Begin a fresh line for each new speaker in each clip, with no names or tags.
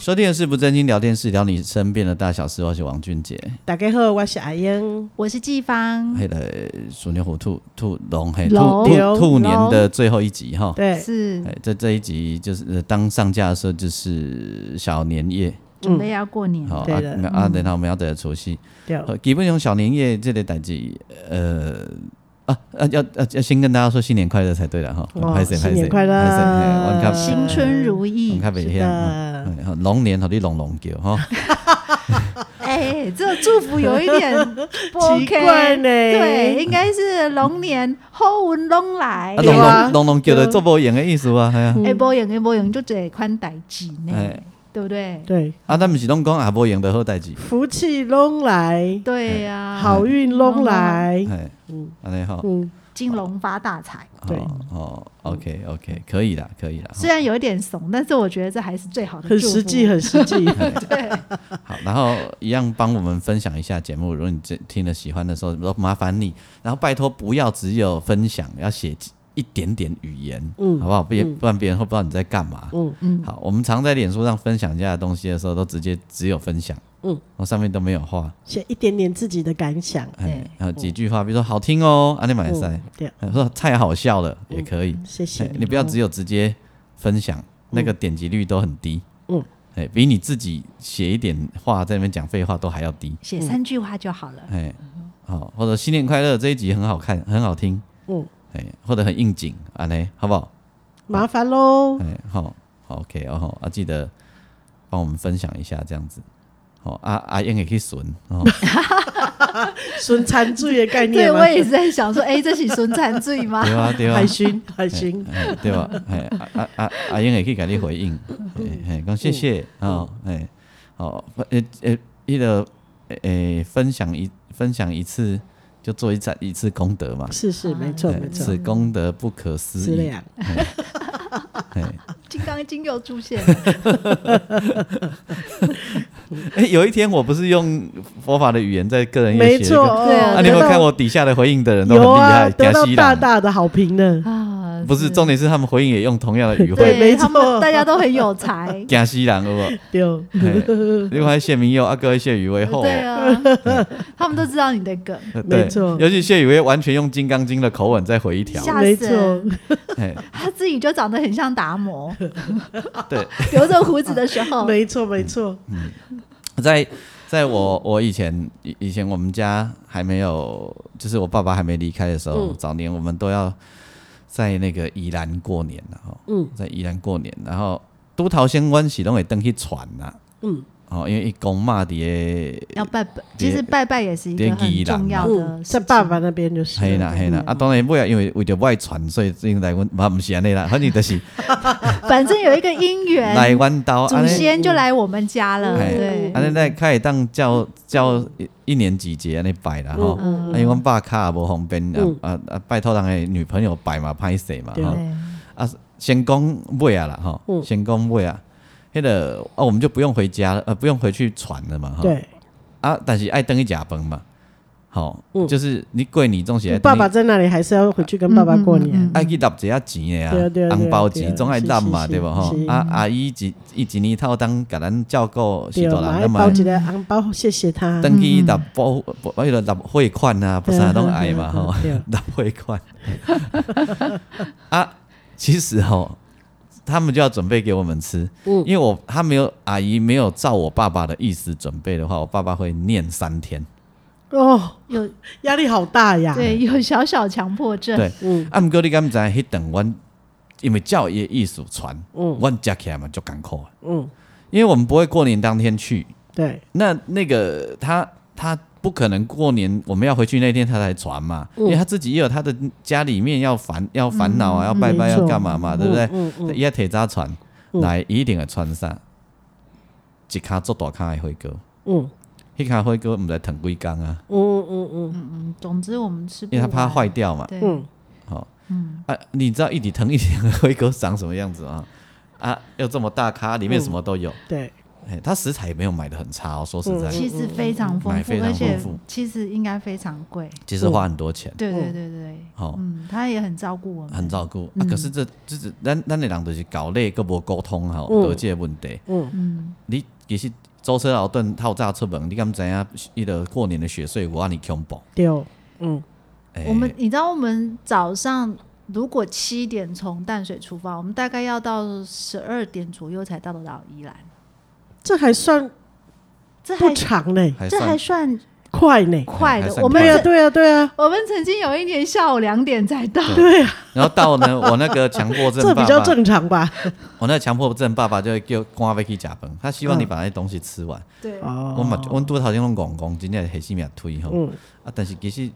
收听的是不正经聊天室，聊你身边的大小事。我是王俊杰，
打开后我是阿英，
我是季芳，
黑的鼠牛虎兔兔龙，嘿
龙
兔
嗯龙
兔兔年的最后一集哈。
对，
是
哎，这这一集就是、呃当上架的时候就是小年夜，
准备要过年，
好、
嗯对
啊
的
那啊，等到我们要等除夕，
对，
呃基本上小年夜这类代志，呃。啊啊要要要先跟大家说新年快乐才对了哈！
哇
拍谁
哦新
拍
年
谁，
快乐
拍谁嘿我们看
新春如
我
意
们。看北
是
天，嗯
的，
哎龙年好你龙龙叫哈，
哎，这祝福有一点 不
奇怪
OK。
呢，
对，，应该是龙年好运拢来
啊，
对
龙
啊
龙龙龙叫
对
的做无用的意思啊，系啊。
哎，无用哎，无用，就这款代志
嗯
呢
哎，
对不对？
对，
啊，咱毋是拢讲啊，无用的好代志。
福气拢来，
对呀，
好运拢来，
哎，
嗯
安尼吼，
嗯，
金龙发大财。
对
哦哦，OK OK，可以啦，可以啦。
虽然有一点怂，但是我觉得这还是最好的
很
祝福
实际，。很实际，
对，
好，然后一样帮我们分享一下节目。如果你这听了喜欢的时候，都麻烦你，然后拜托不要只有分享，要写一点点语言，
嗯
好不好？别
嗯
不然别人会不知道你在干嘛。
嗯，
嗯，
好，我们常在脸书上分享人家的东西的时候，都直接只有分享，
嗯
然后上面都没有话，
写一点点自己的感想，
哎
对，
然后几句话，比如说好听哦，安尼买塞
嗯，，对，
哎说太好笑了也可以，
谢谢
哎，你不要只有直接分享，那个点击率都很低。
嗯，
哎，比你自己写一点话在那边讲废话都还要低。
写三句话就好了。
哎，好，或者新年快乐这一集很好看，很好听。
嗯，
哎，或者很应景，啊嘞，好不好？
麻烦喽，
哎，好，好，OK，哦，好啊，记得帮我们分享一下这样子。好，啊啊，英也可以损哦，
孙餐醉的概念
对，
吗
我？也是在想说，哎，这是孙餐醉 吗？
对啊，对啊
海。巡，海巡，
哎，对吧？哎，啊啊啊，阿英也可以给你回应，
嗯
哎哎，讲谢谢啊，哎，好，呃呃，一个诶分享一分享一次，就做一次一次功德嘛，
是是，没错
哎
没错
此，功德不可
是
思
这
议，
样，
哎
金刚经又出现 了，
哎，有一天我不是用佛法的语言在个人
没
也写一
错，
个，
哦
对啊
啊，你有没
得
有
到
看我底下的回应的人都
有
很厉
啊，
害，
得到
惊死人
大大的好评呢。
啊
不是重点是他们回应也用同样的语
对
汇，
没
他
错
们大家都很有
。
才
惊西人好不好？
对，
嘿另外谢明佑啊，各位谢宇威后。嗯
对啊，他们都知道你的梗，
呃
没
对
错
尤其谢宇威完全用《金刚经》的口吻再回一条，
吓
没
死
错，
人！
哎，
他自己就长得很像达 摩，
对，
留着胡子的时候，
没错，没错，
嗯
在在我我以前以以前我们家还没有，就是我爸爸还没离开的时候，
嗯
早年我们都要在那个宜兰过年，然后
嗯
在宜兰过年，然后都桃仙湾喜拢会登去船呐，
嗯，
哦，因为一公骂的
要拜拜。其实拜拜也是一个很重要的
嗯，
事
在
情。
爸爸那边就是嗯
嘿啦
了，
嘿啦，啊当然不要，因为为着外传，所以应来阮，嘛不是安尼啦，反正就是
反正有一个姻
来
缘，
阮兜
祖
安尼。
先就来我们家了。
哎
对，
安尼
嗯
咱较会当照照一一年几节安尼拜啦
嗯
吼，啊因为阮爸卡也无方便啊
嗯
啊啊，拜托人诶女朋友拜嘛歹势嘛
对
吼，
对
啊先讲尾啊啦吼，
嗯
先讲尾啊，迄个啊我们就不用回家了，呃不用回去船了嘛吼，
对，
啊但是爱登去食饭嘛，吼
嗯，
就是你过年总是爱
爸嗯
回去
爸在那里还是要回去跟爸爸过年
嗯，
爱去拿一下钱的
对啊对啊
啊，
对啊
红包钱
对啊
总爱拿嘛，
是是
对无吼
是？
啊阿姨一一一年透当甲咱照顾
对
是大
嘛，要
人了嘛
包。一个红包，谢谢他，
登去拿保保迄个拿汇款啊，不是啊，拢爱嘛吼
对，
拿汇款。啊，其实吼，他们就要准备给我们吃，
嗯
因为我他没有阿姨没有照我爸爸的意思准备的话，我爸爸会念三天。
哦，
有
压力好大呀，
对有小小强迫症，
对，
嗯
啊，毋过你敢毋知迄顿阮因为教育艺术传，
嗯
阮食起来嘛就艰苦的，
嗯，
因为我们不会过年当天去，
对，
那那个他他不可能过年我们要回去那天他才传嘛，
嗯
因为他自己也有他的家里面要烦要烦
嗯
恼啊，要拜拜
没
要
错
干嘛嘛，对不对？
嗯嗯嗯，
也铁渣传
嗯
来一定的穿上，一骹做大骹的火锅，
嗯
迄骹火锅毋知腾几工啊，
嗯嗯嗯
嗯，总之我们吃不
因为它怕
完
坏，掉嘛。
对，
嗯，
好、
嗯
啊，你知道一底腾一底的火锅长什么样子吗？啊，又这么大咖，
嗯
里面什么都有。
对，
哎，它食材也没有买的很差哦，说实在，
嗯
其实非常丰
买
富
非，常
而且
丰富
其实应该非常贵。
其实花很多钱，
对对对对，
好
嗯，他也很照顾我们，
很照顾。
嗯
啊，可是这这是咱咱的人就是搞累，个无沟通吼，
嗯
有这个问题。
嗯
嗯，
你其实舟车劳顿，透早出门，你敢知影伊个过年的雪税有安尼恐怖？
对，嗯
哎
我们你知道我们早上如果七点从淡水出发，我们大概要到十二点左右才到得了宜兰，
这还算
这
不
还
长呢，
哎还
这还
算
算
快呢。
快
还
的，
算
我们
对
快
啊，
这
对啊，对啊，
我们曾经有一年下午两点才到，
对啊，
然后到呢，我那个强迫 症
这
爸
比较
爸，
正常吧？
我那个强迫症爸爸就会叫赶要去食饭，他希望你把那些东西吃完。
对，
哦，
我嘛，我拄头先拢戆戆，真正是死命推吼。
嗯
啊，但是其实，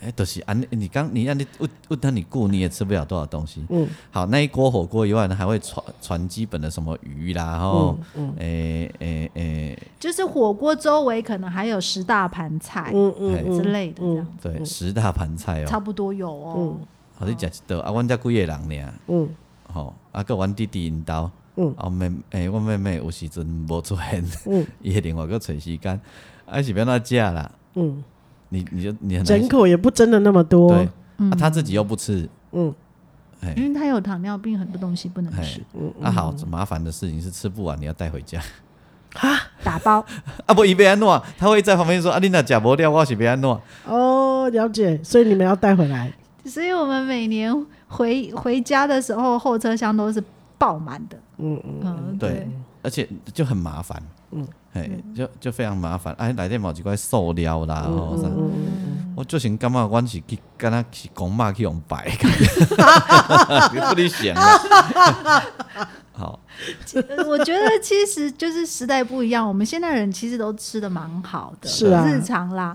哎，就是安尼，你刚你安尼问问他你顾，你也吃不了多少东西。
嗯
好，那一锅火锅以外呢，还会传传基本的什么鱼啦，吼，诶诶诶，
就是火锅周围可能还有十大盘菜
嗯嗯
哎
之
嗯，
类的，这样
对，十大盘菜
差
哦，
不多有哦。
好，你食一道啊，阮遮几个人尔，
嗯
吼，啊，个阮弟弟因兜。
嗯
啊，妹诶，阮妹妹有时阵无出现
嗯，
伊会另外个找时间，啊是要哪食啦？
嗯，
你你就你很难
人口也不真的那么多，
对，啊，他自己又不吃，
嗯
哎
因为他有糖尿病，很多东西不能
哎
吃，，
啊好，麻烦的事情是吃不完，你要带回家。
打包。
啊不，伊要安怎？他会在旁边说：“啊，你若食无掉，我是要安怎
哦，了解，所以你们要带回来，
所以我们每年回回家的时候，后车厢都是爆满的。
嗯嗯，
嗯，？”
对，而且就很麻烦，嗯，嗯哎，就就非常麻烦。哎，内底嘛有一块塑料啦，吼啥。我最先感觉阮是去，敢若是公妈去用 摆，你不理想啊。 好，
呃我觉得其实就是时代不一样，我们现在人其实都吃的蛮好的，
是啊
日常啦。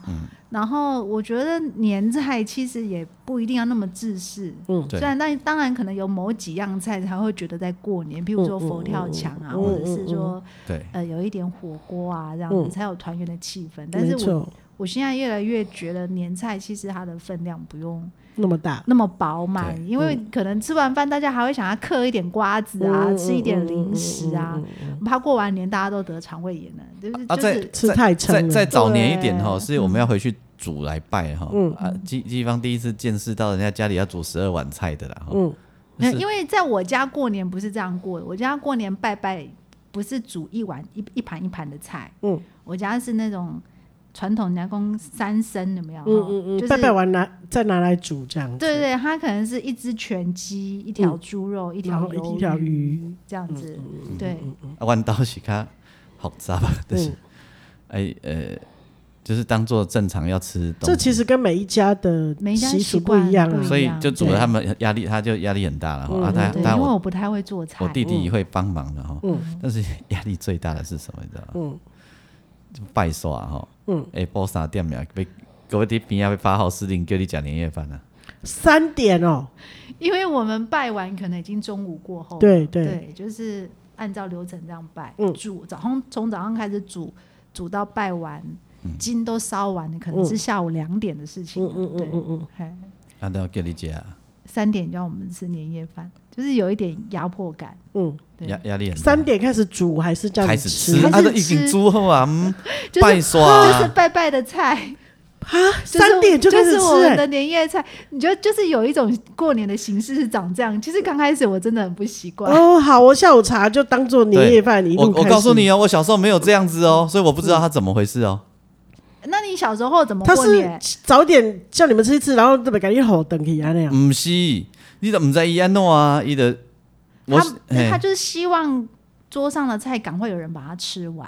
然后我觉得年菜其实也不一定要那么自私。
嗯
对
虽然但当然可能有某几样菜才会觉得在过年，譬
嗯
如说佛跳墙啊，或者是说
对，
呃有一点火锅啊这样子、
嗯
才有团圆的气氛。但
没
是我
错，
我现在越来越觉得年菜其实它的分量不用
那么大，
那么饱满，
对
因为可能吃完饭大家还会想要嗑一点瓜子啊，
嗯
吃一点零食啊。
嗯嗯嗯嗯嗯
怕过完年大家都得肠胃炎了，就是、
啊
就
在
是
吃太撑
再
了，
再早年一点哈，
对啊
是我们要回去煮来拜哈
嗯。
啊，季季芳第一次见识到人家家里要煮十二碗菜的啦。哈
嗯，
没有
是
因为在我家过年不是这样过的，我家过年拜拜不是煮一碗一一盘一盘的菜，
嗯
我家是那种传统人家公三牲有没有？
嗯嗯
就
嗯，
是
拜拜完拿再拿来煮这样子，
对对，它可能是一只全鸡、一条猪肉、一
然
条
后
鱿
一条鱼，嗯
这样子，对，
啊，阮兜是较复杂吧，就是
嗯
哎、呃，就是当做正常要吃东
这
西，
其实跟每一家的
每一家
习
习
俗不
惯
一样
不一
啊
样，嗯
所以就煮了他们压力，他就压力很大
嗯
了哈、啊，他
对，
他
因为
我
我嗯不太会做菜
我，弟弟也会帮忙的哈、但是压力最大的是什么？你知道吗？
嗯
就拜刷哈，
嗯，
哎，包三点了，被各位伫边啊被八号司令叫你吃年夜饭啊，
三点哦，
因为我们拜完可能已经中午过后了，
对对，
哦对，就是按照流程这样拜，
嗯
煮早上从早上开始煮，煮到拜完，
嗯
筋都烧完了，可能
嗯
是下午两点的事情
嗯
了，
嗯嗯
对，
嗯嗯，
嘿
啊，都要叫你吃啊，
三点叫我们吃年夜饭，就是有一点压迫感，
嗯，
对，
压压力很大。
三点开始煮还是这样
开
子
始吃，
还
啊，
是
都已经
吃
煮好啊，嗯，
就是
拜刷啊
就是拜拜的菜，
啊？
就是
三点就
就
开始
是我
吃
们
哎，
的年夜菜，你觉得就是有一种过年的形式是长这样。其实刚开始我真的很不习惯，
哦，好，我下午茶就当做年夜饭一
我
路
我
开
告诉
始
你哦，我小时候没有这样子
嗯
哦，所以我不知道他怎么回事哦。
那你小时候怎么
他
过
是
年？
早点叫你们吃一次，然后这么赶紧吼等起啊那样。
毋是，你都毋知伊安怎啊？伊的我
他
是
他
嘿
就是希望桌上的菜赶快有人把它吃完。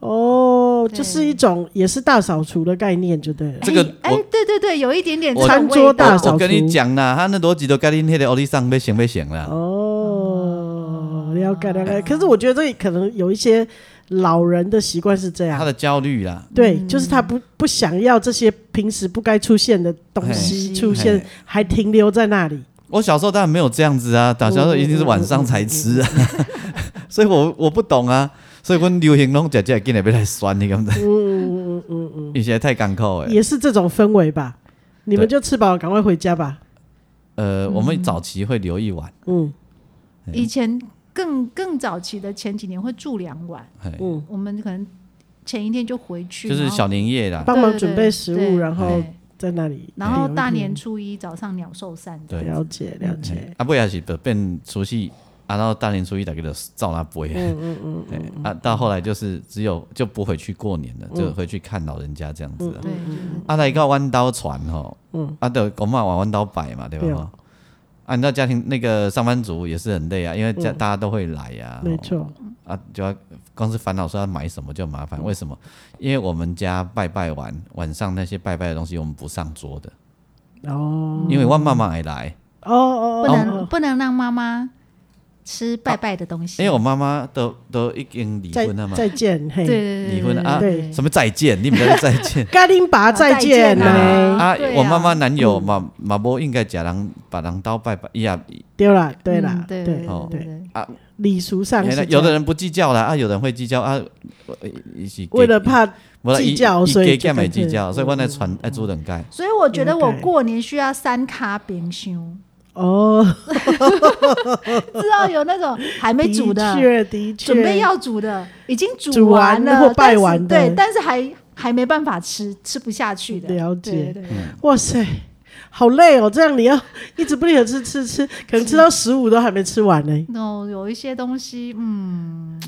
哦，
对
就是一种也是大扫除的概念，就对了。
这个
哎、
我
哎对对对，有一点点
我
这种味
餐桌大
道
扫除
我跟你讲啦，他那逻辑都跟恁迄个奥利上要行要行啦。
哦，了解了 解。可是我觉得这可能有一些老人的习惯是这
他
样，
的焦虑啦，
嗯
对，就是他不不想要这些平时不该出现的东西
嘿
嗯
出现
嘿，
还停留在那里。哦
我小时候当然没有这样子啊，打小时候一定是晚上才吃啊， 所以我我不懂啊，所以阮流行拢食食，今日要来酸，你敢不知？
嗯嗯嗯嗯
伊现在太艰苦
嗯，
诶。
也是这种氛围吧？你们
对
就吃饱，赶快回家吧。
呃，我们早期会留一碗，
嗯
哎
以前更更早期的前几年会住两晚，
嘿
嗯，
我们可能前一天就回去，
就是
然后
小哎年夜啦。
帮忙准备食
对
物，然后
对
在那里。哎
然后大年初一早上鸟兽散的，
对，
了解了解
嘿，啊，不也是就变除夕，啊，到大年初一大家就照那杯。
嗯嗯 嗯
嘿啊，到后来就是只有就不回去过年了，就回去看老人家这样子啊。
对，就是
啊，来个弯刀船吼，
嗯
啊，对，我妈往弯刀摆嘛，对
对
吧？吼啊，你知道家庭那个上班族也是很累啊，因为家、大家都会来呀、
嗯，没错，
啊，就要光是烦恼说要买什么就麻
嗯
烦，为什么？因为我们家拜拜完晚上那些拜拜的东西我们不上桌的，
哦
因为我妈妈也来，
哦哦，
不能
哦
不能让妈妈吃拜拜的东西，
哦因为我妈妈都都已经离
再
婚了嘛，
再见，嘿
对，对对
离婚了啊
对
对。
对
什么再见，你们在再见
甘霖拔再见
再见
呢
啊，
啊
对！啊
我妈妈男友嘛嘛无应该假人把人刀拜拜，伊也
丢了，对啦
嗯，对
对
哦
对
对，
对，
礼俗上
原来
是
有的
人
人不计较啦，啊，有的人会计较啊，我伊是
为了怕
无啦
计较所以
伊
就
加买
干脆
计较，所以
嗯
我来传爱煮两盖。
所以我觉得我
应该
过年需要三卡冰箱，
哦，
知道有那种还没煮的，
确的确，
准备要煮的，已经
煮
完
完
了，
或
但
拜
是
完的
对，但是还还没办法吃，吃不下去的。
了解嗯
对对对
哇塞，好累哦！这样你要一直不停的吃吃吃，可能吃到十五都还没吃完呢。
那、有一些东西，嗯，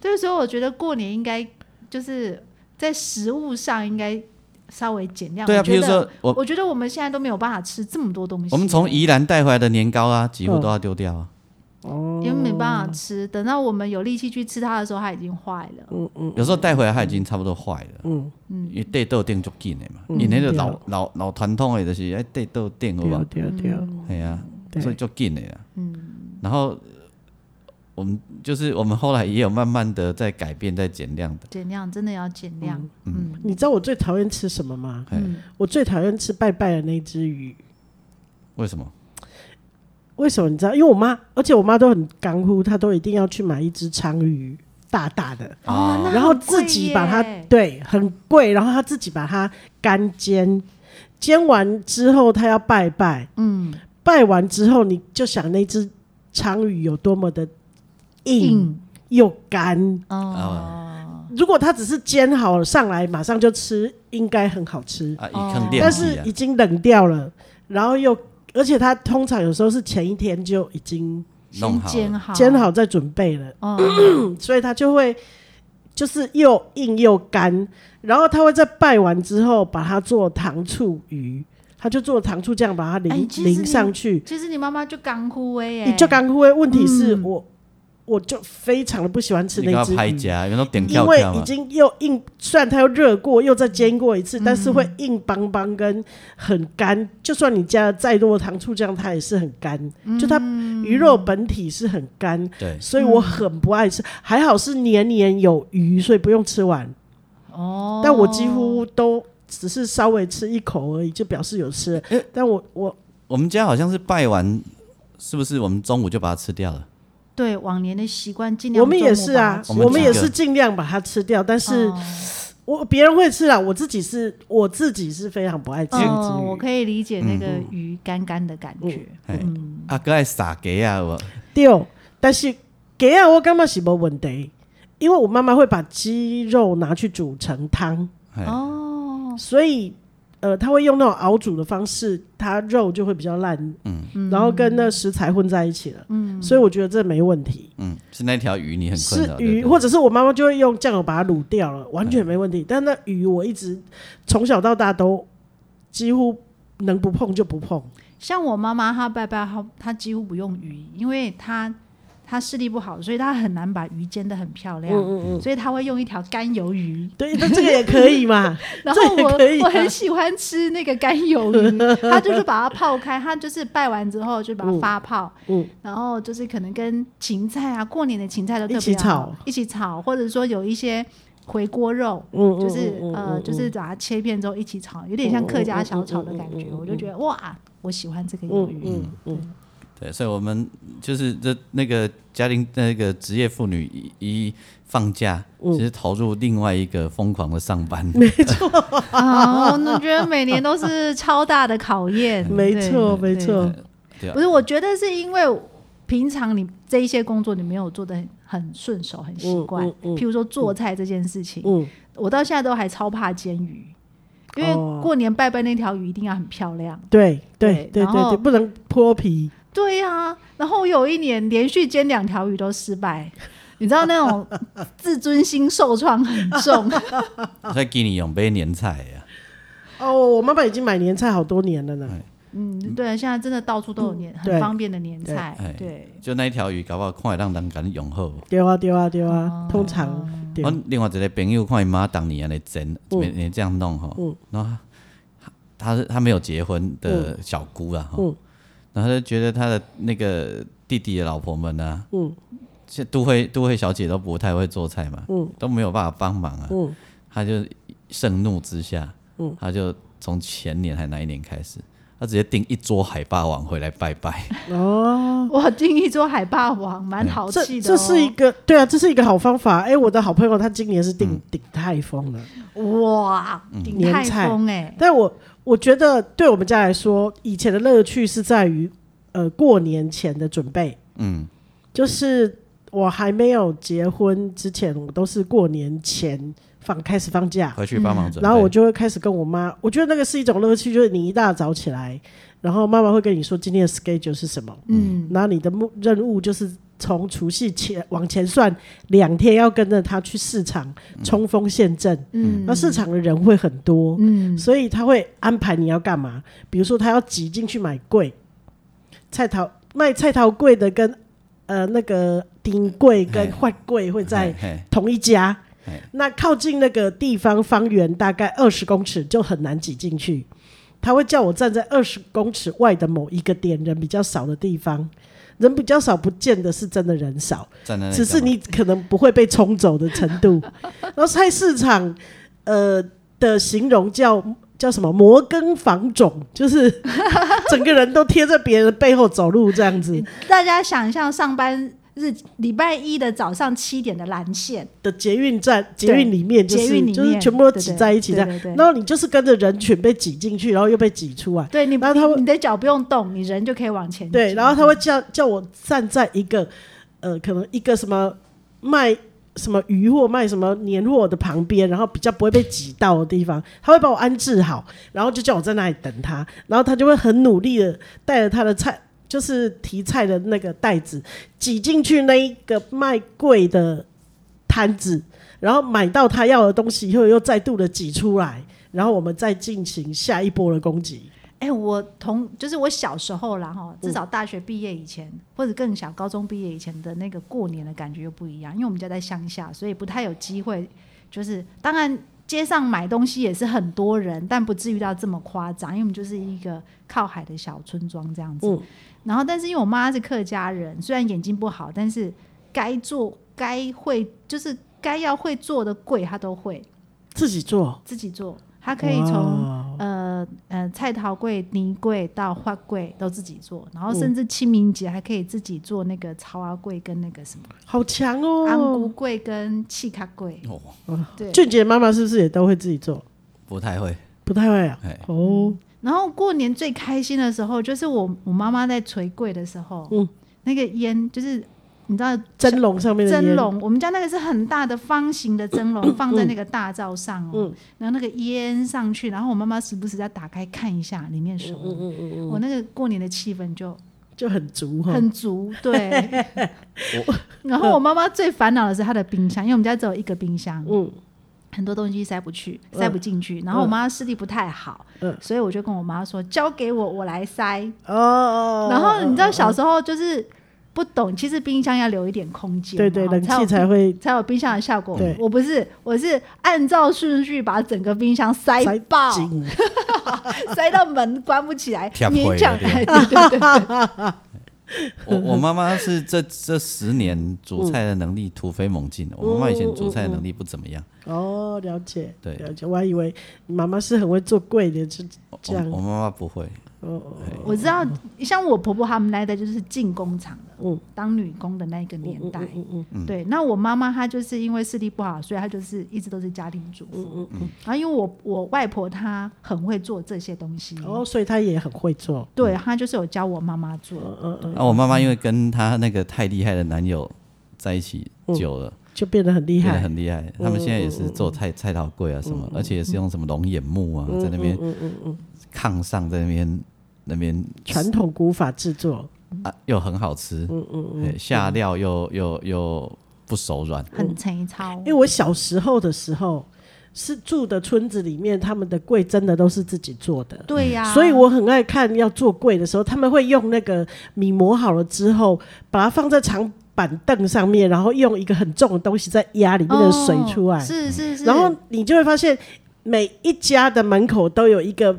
对，所以我觉得过年应该就是在食物上应该稍微减量。
对啊，
我
比
觉
如
得
说我
我觉得我们现在都没有办法吃这么多东西，
我们从宜兰带回来的年糕啊，几乎
嗯
都要丢掉啊。
哦
因为没办法吃，等到我们有力气去吃它的时候，它已经坏了。
嗯嗯
有时候带回来它已经差不多坏了，
嗯，
因为地豆店就紧的嘛，
嗯
因为那个
对
老老老传统的就是哎地豆店有
对啊
吧？
对对，
嗯
系啊，
对嗯
所以就紧的啦。然后呃我们就是我们后来也有慢慢的在改变，在减量的。
减量真的要减量，嗯
你知道我最讨厌吃什么吗？
哎，
嗯
我最讨厌吃拜拜的那只鱼。
为什么？
为什么你知道？因为我妈，而且我妈都很干乎，她都一定要去买一只鲳鱼，大大的，
啊
哦，那
然后
很贵
自己把它
耶
对很贵，然后她自己把它干煎，煎完之后她要拜拜，
嗯
拜完之后你就想那只鲳鱼有多么的硬
硬
又干。
嗯哦，
如果它只是煎好上来马上就吃，应该很好吃，
啊，一
哦
坑
但
电器
是
啊
已，经冷掉了，然后又而且它通常有时候是前一天就已经
先
弄好
煎
了
好，
煎，好再准备了。
哦，
所以它就会就是又硬又干，然后它会在拜完之后把它做糖醋鱼，它就做糖醋酱把它淋、
哎其实
淋
你
上去。
其实你妈妈就干枯哎耶，
你就刚会问题是、
嗯
我我就非常的不喜欢吃
你给
那
我
只
拍
鱼。
夹，因为都点
因
跳啊
为
跳
已
嘛。
经又硬，虽然它又热过，又再煎过一次，
嗯
但是会硬邦邦跟很干。就算你加了再多的糖醋酱，它也是很干。
嗯
就它鱼肉本体是很干，
对，
所以我
嗯
很不爱吃。还好是年年有余，所以不用吃完。
哦，
但我几乎都只是稍微吃一口而已，就表示有吃了。
呃
但我我
我们家好像是拜完，是不是我们中午就把它吃掉了？
对往年的习惯尽量
我们也
周
是
末把它
啊
吃，
我
我们
几
也
个
是尽量把它吃掉，但是嗯
哦
我别人会吃啦，我自己是我自己是非常不爱吃那只
哦，
鱼
我可以理解那个
嗯
鱼干干的感觉，
哦
哎，啊，哥爱撒给啊，我
对，但是给啊，我感觉是没问题，因为我妈妈会把鸡肉拿去煮成汤，
哎
哦，
所以呃，她会用那种熬煮的方式，它肉就会比较烂，嗯，然后跟那食材混在一起了，嗯，所以我觉得这没问题。
嗯，是那条鱼你很困
是
扰，对
鱼，
不对嗯
或者是我妈妈就会用酱油把它卤掉了，完全没问题。但那鱼我一直从小到大都几乎能不碰就不碰。
像我妈妈她拜拜，她她几乎不用鱼，因为她她视力不好，所以她很难把鱼煎得很漂
嗯
亮，所以她会用一条干鱿鱼。
对，那这个也可以 嘛？
然后
这也
我、
可以啊
我很喜欢吃那个干鱿鱼，他就是把它泡开，他就是拜完之后就把它发泡，
嗯嗯
然后就是可能跟芹菜啊，过年的芹菜都特别
一起
好
炒，
一起炒，或者说有一些回锅肉，
嗯，
就
嗯
是
嗯嗯
呃，就是把它切片之后一起炒，有点像客家小炒的感觉，我就觉得哇，我喜欢这个鱿鱼。
嗯嗯嗯，
对，所以我们就是这那个家庭那个职业妇女一一放假，
嗯
其实投入另外一个疯狂的上班。
啊，我觉得每年都是超大的考验。
没
对
错，没。
呃对
错，
对啊
不是，我觉得是因为平常你这一些工作你没有做的很很顺手、很习惯
嗯，嗯嗯
譬如说做菜这件事情，
嗯，
我到现在都还超怕煎鱼，因为
哦
过年拜拜那条鱼一定要很漂亮。
对对
对
对对
然后
对，不能剥皮，
对呀、然后我有一年连续煎两条鱼都失败，你知道那 种自尊心受创很重。
啊
所以给你用杯年菜啊呀、
哦，我妈妈已经买年菜好多年了呢。
嗯，对啊，现在真的到处都有年、
嗯对
很方便的年菜
对哎，
对，
就那一条鱼搞不好看会让人敢用好。
丢啊丢啊丢
哦
啊，通常对
我另外一个朋友看伊妈当年安尼整，
嗯
每年这样弄吼，
嗯
然后他是他没有结婚的小姑啊，吼
嗯
然后他就觉得他的那个弟弟的老婆们呢、啊，
嗯
现都会都会小姐都不太会做菜嘛，
嗯
都没有办法帮忙啊，
嗯
他就盛怒之下，
嗯
他就从前年还哪一年开始，他直接订一桌海霸王回来拜拜，
哦，
我定义做海霸王，蛮淘
这
气的、
这
哦
是一个对啊，这是一个好方法。哎，我的好朋友他今年是
嗯
顶顶泰丰了，
哦哇，鼎
嗯
泰丰哎，
但我我觉得对我们家来说，以前的乐趣是在于呃过年前的准备，
嗯，
就是我还没有结婚之前，我都是过年前放开始放假，
回去帮忙准备，
然后我就会开始跟我妈，我觉得那个是一种乐趣，就是你一大早起来，然后妈妈会跟你说今天的 schedule 是什么，
嗯，
然后你的目任务就是从除夕前往前算两天，要跟着她去市场冲锋陷阵，
嗯
那市场的人会很多，
嗯
所以他会安排你要干嘛，比如说他要挤进去买柜，菜桃卖菜桃柜的跟呃那个丁柜跟
嘿
换柜会在
嘿嘿
同一家
哎。
那靠近那个地方方圆大概二十公尺就很难挤进去，他会叫我站在二十公尺外的某一个点，人比较少的地方。人比较少，不见得是真的人少，
站在那里
只是
干嘛
你可能不会被冲走的程度。然后菜市场，呃的形容叫叫什么摩根房种，就是 整个人都贴在别人的背后走路这样子
大家想象上班日礼拜一的早上七点的蓝线，
的捷运站，捷运里面就
捷
是
运里面
就是全部都挤在一起这样，
对对对对
然后你就是跟着人群被挤进去，然后又被挤出来。
对你，
然后他会
你你的脚不用动，你人就可以往前进。
对，然后他会叫叫我站在一个呃，可能一个什么卖什么鱼或卖什么年货的旁边，然后比较不会被挤到的地方，他会把我安置好，然后就叫我在那里等他，然后他就会很努力的带着他的菜，就是提菜的那个袋子挤进去那一个卖贵的摊子，然后买到他要的东西以后，又再度的挤出来。然后我们再进行下一波的攻击，
哎、我同就是我小时候啦哈，至少大学毕业以前，或者更小高中毕业以前的那个过年的感觉又不一样，因为我们家在乡下，所以不太有机会。就是当然街上买东西也是很多人，但不至于到这么夸张，因为我们就是一个靠海的小村庄这样子。
嗯
然后，但是因为我妈是客家人，虽然眼睛不好，但是该做该会就是该要会做的柜她都会
自己做，
自己做，她可以从
哇
呃呃菜桃柜、泥柜到花柜都自己做，然
嗯
后甚至清明节还可以自己做那个草芽柜跟那个什么
好强
安菇
哦！
柜跟气卡柜。
哦
对，
俊杰妈妈是不是也都会自己做？
不 太会，
不太会啊
哎。
哦，
然后过年最开心的时候就是我我妈妈在捶柜的时候，
嗯
那个烟就是你知道
蒸笼上面的
蒸
烟，
笼，我们家那个是很大的方形的蒸笼，放在那个大灶上哦，
嗯
然后那个烟上去，然后我妈妈时不时再打开看一下里面什
嗯
么，我那个过年的气氛就
就很足哈。
很足，对。然后我妈妈最烦恼的是她的冰箱，因为我们家只有一个冰箱，
嗯，
很多东西塞不去，
嗯
塞不进去。然后我妈视力不太好
嗯，
所以我就跟我妈说：“交给我，我来塞。”
哦哦。哦
然后你知道小时候就是不懂，其实冰箱要留一点空间，
对对，
然后
冷气
有
才会
才有冰箱的效果
对。
我不是，我是按照顺序把整个冰箱塞
塞
爆，
紧。
塞到门关不 起来，
贴回了
勉强
对
对 对对
我我妈妈是这这十年煮菜的能力突飞猛
嗯
进的。我妈妈以前煮菜的能力不怎么样，
哦，了解，
对
了解。我还以为你妈妈是很会做贵的，就
我
这样
我妈妈不会，
哦，
我知道，像我婆婆他们那一代就是进工厂的，
嗯
当女工的那一个年代。
嗯嗯
对，那我妈妈她就是因为视力不好，所以她就是一直都是家庭主妇。
嗯
然后因为我我外婆她很会做这些东西，
嗯，哦，所以他也很会做，
对她就是有教我妈妈做，
嗯嗯嗯，
啊，我妈妈因为跟她那个太厉害的男友在一起久了，
就变得很嗯厉
变得
害，嗯
很厉害。他们现在也是做菜菜刀柜啊什么，而且也是用什么龙眼木啊，
嗯
在那边炕上在那边那边
传统古法制作，
啊又很好吃，嗯嗯，下料又又又不手软，
很粗糙
因。为我小时候的时候是住的村子里面，他们的柜真的都是自己做的。
对呀、哦
所以我很爱看要做柜的时候，他们会用那个米磨好了之后，把它放在长板凳上面，然后用一个很重的东西在压里面的水出来，
哦是是是，
然后你就会发现每一家的门口都有一个。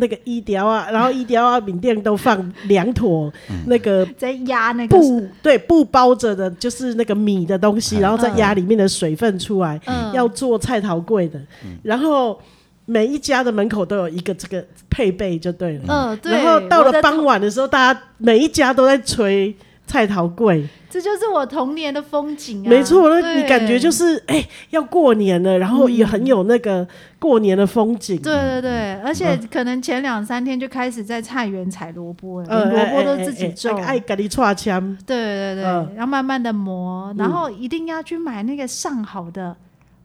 那个衣雕啊，然后衣雕啊，缅甸都放两坨那个
在压那个
布，对布包着的，就是那个米的东西，然后再压里面的水分出来，
嗯
要做菜桃柜的。然后每一家的门口都有一个这个配备就对了。
嗯、对，
然后到
我的
了傍晚的时候，大家每一家都在捶菜桃柜，
这就是我童年的风景啊！
没错，那你
对嗯
感觉就是哎、要过年了，然后也很有那个过年的风景。
对对对，而且
嗯
可能前两三天就开始在菜园采萝卜了，
呃，
连萝卜都
哎
自己种
哎哎。哎爱咖喱串枪，
对对对，
嗯
要慢慢的磨，然后一定要去买那个上好的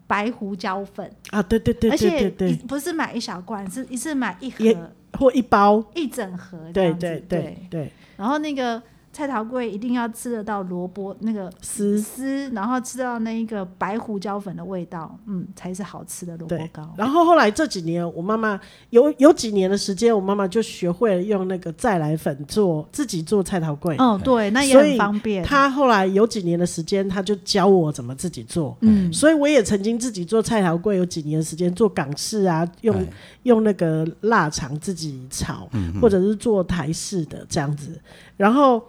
白胡椒粉，
啊，对对对对对
而且一
对，
不是买一小罐，是一次买一
也
盒
或一包，
一整盒这
对
样子。
对对对，
然后那个菜桃柜一定要吃得到萝卜那个
丝
丝，然后吃到那一个白胡椒粉的味道，嗯，才是好吃的萝卜
对
糕。
然后后来这几年，我妈妈有有几年的时间，我妈妈就学会了用那个再来粉做自己做菜桃柜。
哦，对，那也
所
很
以
方便。
她后来有几年的时间，她就教我怎么自己做。
嗯，
所以我也曾经自己做菜桃柜，有几年的时间做港式啊，用、
哎
用那个腊肠自己炒，或者是做台式的这样子。然后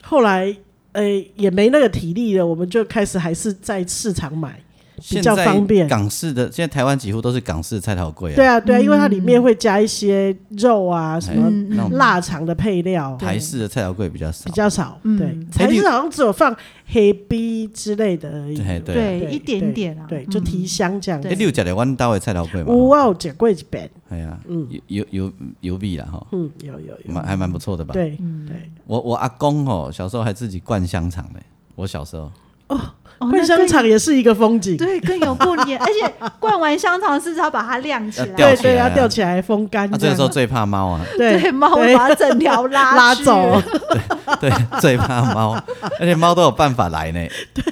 后来呃也没那个体力了，我们就开始还是在市场买。
现
较
在
方便
港式的现在台湾几乎都是港式菜头柜啊，
对啊，对啊，因为它里面会加一些肉啊，什
哎
么
嗯
那种
腊肠的配料
台式的菜头柜比较少
比，较少，
嗯
对，
哎
台
你
式好像只有放黑 B 之类的而已，
对对啊。
对
对
一点点啊，
对，
嗯
就提香这样
对
哎，你有食着阮兜的菜头柜嘛？
有啊，我姐贵几本，
哎呀，有有有味啦吼，
嗯，有有有，
蛮还蛮不错的吧？
对
嗯
对，
我我阿公哦，小时候还自己灌香肠呢。我小时候，
哦
桂
那
香
更
肠也是一个风景，
对，更有过年，而且灌完香肠是不是要把它晾起
要
来？
吊
对
起来
对，
啊
要吊起来风干
那、
这
这个
样，
时候最怕猫啊，
对
对，猫会把它整条拉
拉
去
走，
对，最怕猫，而且猫都有办法来呢。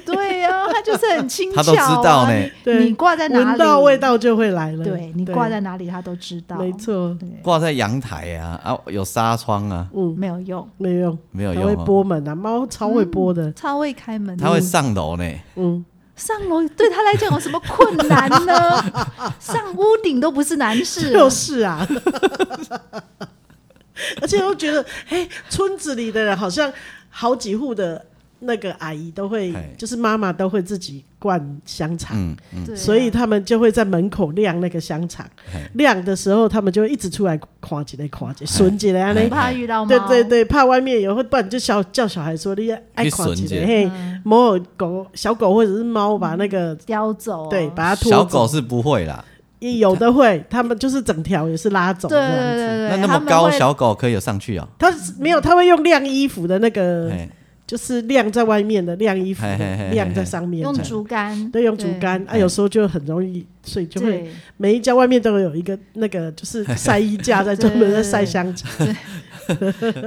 对呀、它就是很轻巧、啊，
它都知道呢
你
对
你挂在哪
闻
里，
到味，道就会来了，
对你挂在哪里，它都知道，
没错，
对，
挂在阳台啊，啊，有纱窗啊，
嗯，
没有用，
没用，
没有
它
用、
会
哦，
拨门啊，猫超
嗯
会拨的，
超会开门，
它会上楼呢。
嗯，
上楼，对他来讲有什么困难 呢？上屋顶都不是难事啊，
就是啊。 而且我觉得，哎、村子里的人好像好几户的那个阿姨都会
哎，
就是妈妈都会自己灌香肠，
嗯，
对啊
所以他们就会在门口晾那个香肠
哎。
晾的时候，他们就会一直出来夸起来夸起来，损起来
很
呢。
怕遇到猫，
对对对，怕外面有，会不然就小叫小孩说你爱
去
夸起
损起
来，
来
嘿，
嗯，
某狗小狗或者是猫把那个。
叼走，啊
对，把它拖
小
走
狗是不会啦。
也有的会，他们就是整条也是拉走
对
这样
对
子。
对对，
那那
他
么
们
高，
会
小狗可以有上去哦。
他是没有，他会用晾衣服的那个，
哎，
就是晾在外面的晾衣服的
嘿嘿嘿嘿
晾在上面
用
的，
竹竿，
对，用竹竿啊，
嘿
有时候就很容易，所以就会
对，
每一家外面都有一个那个就是晒衣架在专门在晒香肠，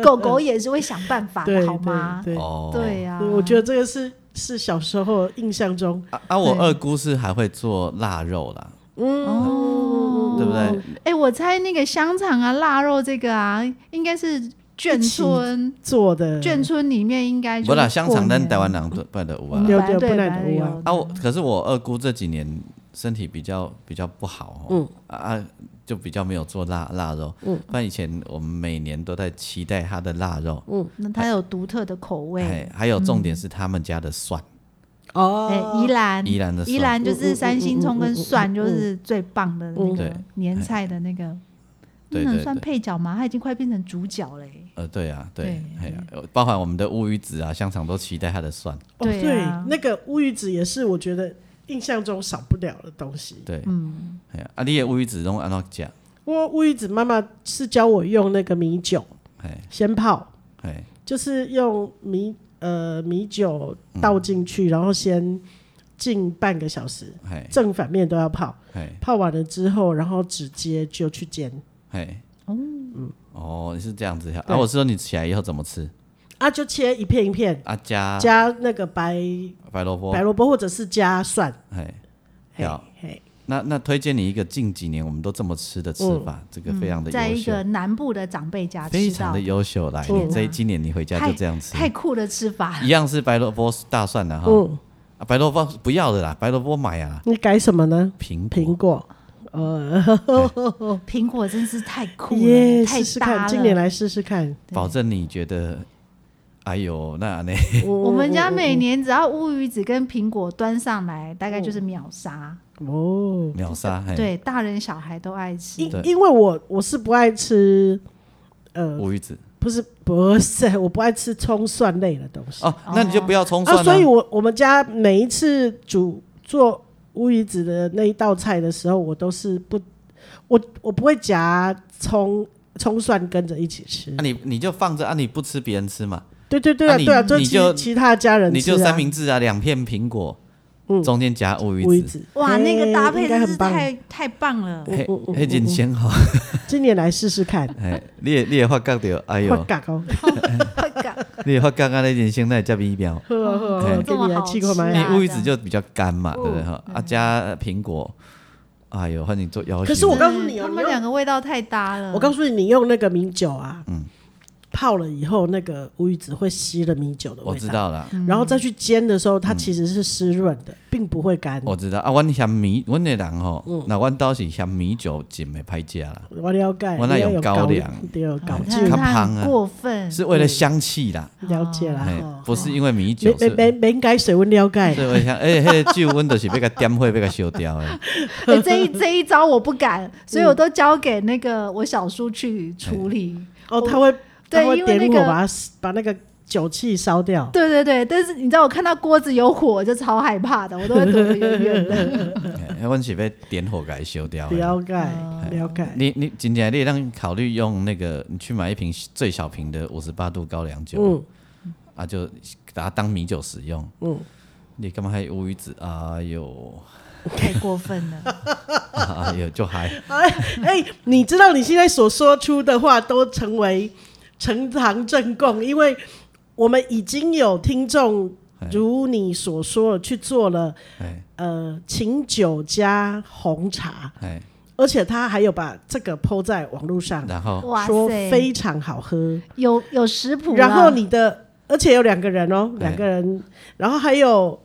狗狗也是会想办法
对
的， 好吗？
对对，
哦，
对啊呀，
我觉得这个是是小时候印象中，
啊啊，我
对
二姑是还会做腊肉啦，
哦，
对不对？
哎，我猜那个香肠啊、腊肉这个啊，应该是眷村，
做的
眷村里面应该就是
不啦，香肠
过年嗯
咱台湾人做办的有
我
啊
们。
对
本
对
来对
不
本
然
来
有啊
有
啊，我可是我二姑这几年身体比较比较不好哦，
嗯
啊啊，就比较没有做腊腊肉，嗯，但以前我们每年都在期待她的腊肉，
那它有独特的口味。
哎，还有
嗯
重点是他们家的蒜，
哎，
哦，嗯
宜兰，
宜兰的蒜
宜兰就是三星葱跟蒜，就是最棒的那
嗯
个
对
年菜的那个那
对对
能算
对，
配角吗？他已经快变成主角嘞、
呃，对啊，对
对，
哎呀，呃包含我们的乌鱼子啊、香肠都期待它的蒜，
哦，
对
对
啊，
那个乌鱼子也是我觉得印象中少不了的东西。
对，嗯，哎呀，啊，你的乌鱼子拢安怎食？
我乌鱼子妈妈是教我用那个米酒
哎
先泡，
哎，
就是用米呃米酒倒进去，然后先浸半个小时，
哎
正反面都要泡。
哎
泡完了之后，然后直接就去煎
哎，
哦，
哦，你是这样子，啊，
对
我是说你起来以后怎么吃？
啊，就切一片一片，
啊，加
加那个白
白萝卜
白，萝卜或者是加蒜，
哎，
嘿
好
嘿，
那那推荐你一个近几年我们都这么吃的吃法，这个非常的
在嗯
优
一
秀
个，南部的长辈家
非
吃
常
到
的优秀。来，
嗯
你这今年你回家就这样吃，
太酷的吃法，
一样是白萝卜大蒜的哈，
嗯，
啊白萝卜不要的啦，白萝卜买啊，
你改什么呢？
苹
苹
果
果，
苹果真是太酷啊了
耶，
太
哦试试
搭
看，
了。
今年来试试看。
保证你觉得，哎呦，那那
我们家每年只要乌鱼子跟苹果端上来，大概就是秒杀。
嗯
哦，
秒杀，嘿，
对，大人小孩都爱吃
因
对
因为我我是不爱吃，呃，
乌鱼子
不是不是，我不爱吃葱蒜类的东西
哦，那你就不要葱蒜
啊，所以
了，
我我们家每一次煮做乌鱼子的那一道菜的时候，我都是不，我我不会夹葱葱蒜跟着一起吃
那。你你就放着啊，你不吃别人吃嘛，
对对对
啊
啊，
你
对啊，就
你
其
就
其他家人
你
吃
就三
啊，嗯
明治啊，两片苹果，中间夹乌
乌鱼
鱼子，
子，
哇，
嘿
那个搭配
应该
真
很
是
棒。
太太棒了。
嘿，
嗯
嘿，真鲜好，
今年来试试看，
嘿，你也你也发觉到，哎
我
呦，
嘎哦，
你也发觉啊，那人生那这么美妙。
呵呵
嘿
呵，给你来吃过
哦这么好吃
吗？
你
啊
乌鱼子就比较干嘛，对不对
嗯
哈？啊，加苹果，哎呦，反正做要求。
可是我告诉你哦
嗯他
你
们
用
两个味道太搭了。
我告诉你，你用那个米酒啊，
嗯
泡了以后，那个乌鱼子会吸了米酒的
我
味
知
道，
道了，
然后再去煎的时候，
嗯
它其实是湿润的，并不会干。
我知道啊，阮嫌米，阮的人吼，
嗯
那阮倒是嫌米酒浸的歹食啦，
我了解，
我那
你要
有
有
高粱
对，有高
你
酒
看
较
他
香啊
哦很过分，
是为了香气啦，
了解啦，
哎
吼，
不是因为米
没
酒，
哦没
是
没没应该水温了解
是，为香， 哎，迄个酒阮就是要甲点火，要甲烧掉的，
欸这一 这一招我不
嗯
敢，所以我都交给那个我小叔去处理。
哦，他会
对
他会
因为
点火
那个
把它把那个酒气烧掉。
对对对，但是你知道我看到锅子有火，我就超害怕的，我都会躲得远 远的。
嘿阮是要点火甲伊烧掉的。
了解，
哦
了解。
你你真正你让考虑用那个，你去买一瓶最小瓶的五十八度高粱酒，
嗯
啊，就把它当米酒使用。
嗯，
你干嘛还有乌鱼子？哎呦，
太过分 了，
哎呦，就还
哎，你知道你现在所说出的话都成为呈堂证供，因为我们已经有听众如你所说去做了
哎
呃琴酒加红茶，
哎，
而且他还有把这个抛在网络上，
然后
哇
说
塞，
非常好喝。
有有食谱啊，
然后你的，而且有两个人哦，
哎
两个人，然后还有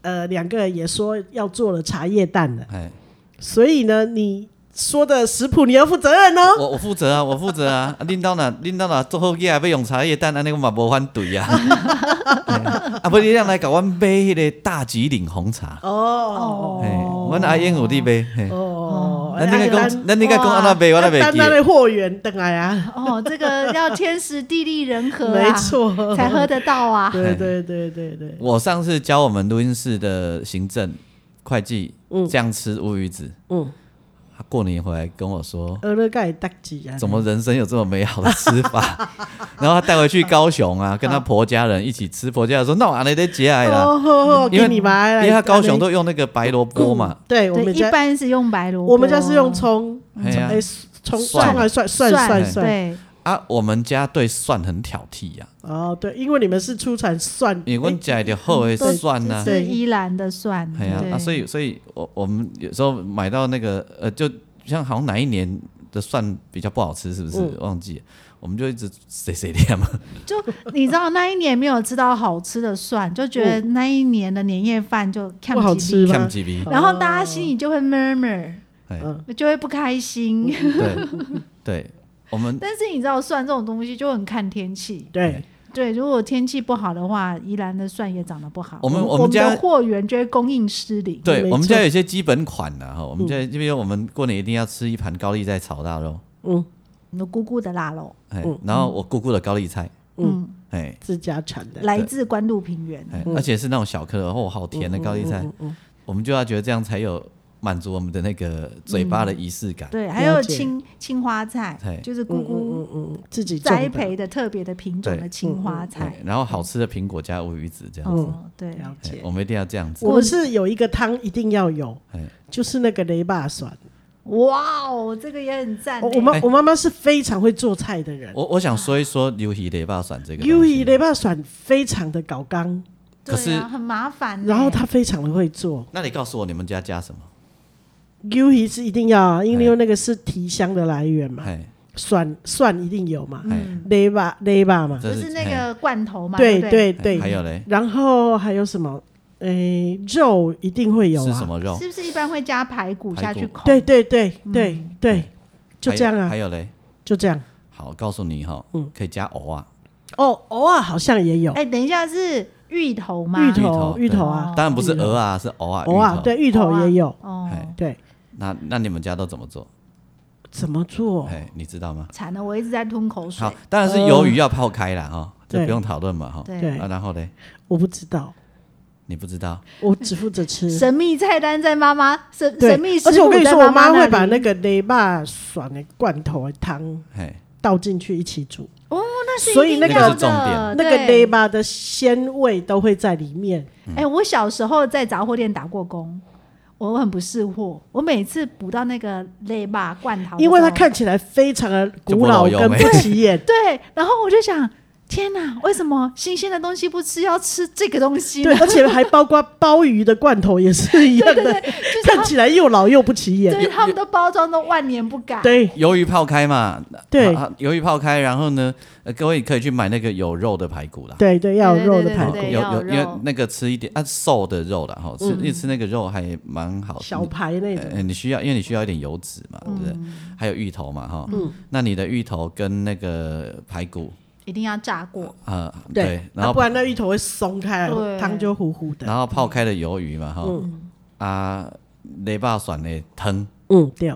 呃两个人也说要做了茶叶蛋了，
哎，
所以呢，你说的食谱你要负责任哦。
我我负责啊，我负责啊，啊拎到哪拎到哪做后记还要用茶叶蛋，安尼我嘛无反对啊。 哎啊，不，你让来搞阮买迄个大吉岭红茶，
哦
哎，阮阿英有弟买，嘿
哦，
咱那个
啊
讲，咱那个讲安那买，我那
咱
袂
咱
记
咱
得。
的货源等来啊，
哦，这个要天时地利人和、啊，
没，错，
才喝得到啊。
对对对对对，
我上次教我们录音室的行政会计这样吃乌鱼子，
嗯，呃
他过年回来跟我说，
俄勒盖大吉啊，
怎么人生有这么美好的吃法？ 然后他带回去高雄啊，跟他婆家人一起吃。婆家人说：“那我阿内得节哀啦，
哦吼吼，
因
给
为
你吧，
因为他高雄都用那个白萝卜嘛。
对，我
对，
们
一
家
般是用白萝卜，
我们家是用葱，
哎呀
哎，葱
蒜
葱来蒜蒜蒜蒜，
对，
啊，我们家对蒜很挑剔呀、
哦对，因为你们是出产蒜，哎
因为我们家的厚
嗯
的蒜呐、啊，
是依兰的
嗯
蒜，
哎呀、啊，所以所以我我们有时候买到那个呃，就像好像哪一年的蒜比较不好吃，是不是？
嗯
忘记了，我们就一直谁谁念嘛。
就你知道那一年没有吃到好吃的蒜，就觉得那一年的年夜饭就看
不好吃
看
吗？
几笔，
然后大家心里就会 murmur，
哎，
嗯
就会不开心。
对对，我们
但是你知道蒜这种东西就很看天气，
对，
对，如果天气不好的话，宜兰的蒜也长得不好，
我们
我
我们家
的货源就会供应失灵。
对
没
我们
错嗯
家有些基本款呐、哈，我们家因为我们过年一定要吃一盘高丽菜炒大肉，
嗯，
那姑姑的腊肉，
哎
嗯，
然后我姑姑的高丽菜，
嗯，
哎，
自家产的，
来自关渡平原，
嗯
哎而且是那种小颗的，哦，好甜的高丽菜，我们就要觉得这样才有满足我们的那个嘴巴的仪式感。
对，
解
还有青青花菜
哎，
就是
嗯
姑姑
嗯嗯嗯，自己种的嗯
栽，培的特别的品种的青花菜
对，，哎然后好吃的苹果加乌鱼子这样子，
哦，对，
了
哎
解。
我们一定要这样子。
我们是有一个汤一定要有
哎，
就是那个雷霸蒜。
哇哦，这个也很赞
我
欸，
我妈
哎
我妈妈是非常会做菜的人，
我我想说一说鱿鱼雷霸蒜这个东西，
因为雷霸蒜非常的搞刚，
对啊
可是
很麻烦欸，
然后她非常的会做。
那你告诉我你们家加什么？
鱿鱼是一定要啊，因为那个是提香的来源嘛，
哎
蒜蒜一定有嘛，
嗯
哎，
雷巴雷巴嘛，
这
就是那个罐头嘛，
对
对
对
哎
对
还。有嘞
然后还有什么？诶，肉一定会有
是什
啊，
么
不
肉
对，？是不是一般会加排骨下去
排骨
烤？
对对对
嗯
对对
哎，
就这样
还有
啊嗯
还，有嘞，
就这样。
好，告诉你哈，可以加藕啊，
哦，偶尔好像也有
哎，等一下是芋头吗？
芋
头
头芋
芋头
头啊
哦，
当然不是鹅啊，是藕啊，
偶尔
芋头。
对芋头也有，
哦，
哎
对，
那那你们家都怎么做？
怎么做？
哎，你知道吗？
惨了，我一直在吞口水
好。，当然是鱿鱼要泡开了哈，这
对
不用讨论嘛哈。
对
啊，然后嘞，
我不知道，
你不知道，
我只负责吃。
神秘菜单在妈妈神
对
神秘，食
而且我
谱
跟你
在
说，我妈
妈那
会
里
把那个雷霸蒜的罐头的汤
哎，
倒进去一起煮，
哦，那是
所以
一定
那个
要
是重点
的
那个雷。巴的鲜味都会在里面。
嗯
对哎，我小时候在杂货店打过工，我很不识货，我每次补到那个肋霸罐头的时候，，
因为它看起来非常的古老
就不老
跟
有
不起眼
对，然后我就想，天哪，为什么新鲜的东西不吃，要吃这个东西呢
对，？而且还包括鲍鱼的罐头也是一样的，
就是
看起来又老又不起眼。
对他们的包装都万年不改。
对，
鱿鱼泡开嘛，
对
啊，啊鱿鱼泡开，然后呢，呃各位可以去买那个有肉的排骨啦。
对对，要有肉的
对对
排
好
骨，
对
有
要有
有，因为
肉
那个吃一点啊，瘦的肉啦，哈，吃一吃那个肉还蛮好。
小排那
呃
种，
呃你需要，因为你需要一点油脂嘛，对不对？
嗯
还有芋头嘛，哈，那你的芋头跟那个排骨，
一定要炸过。
啊，
对
对，，然
啊
后
不然那芋头会松开
对，
汤就糊糊的。
然后泡开的鱿鱼嘛，哈，啊，雷霸蒜的汤，
嗯，对。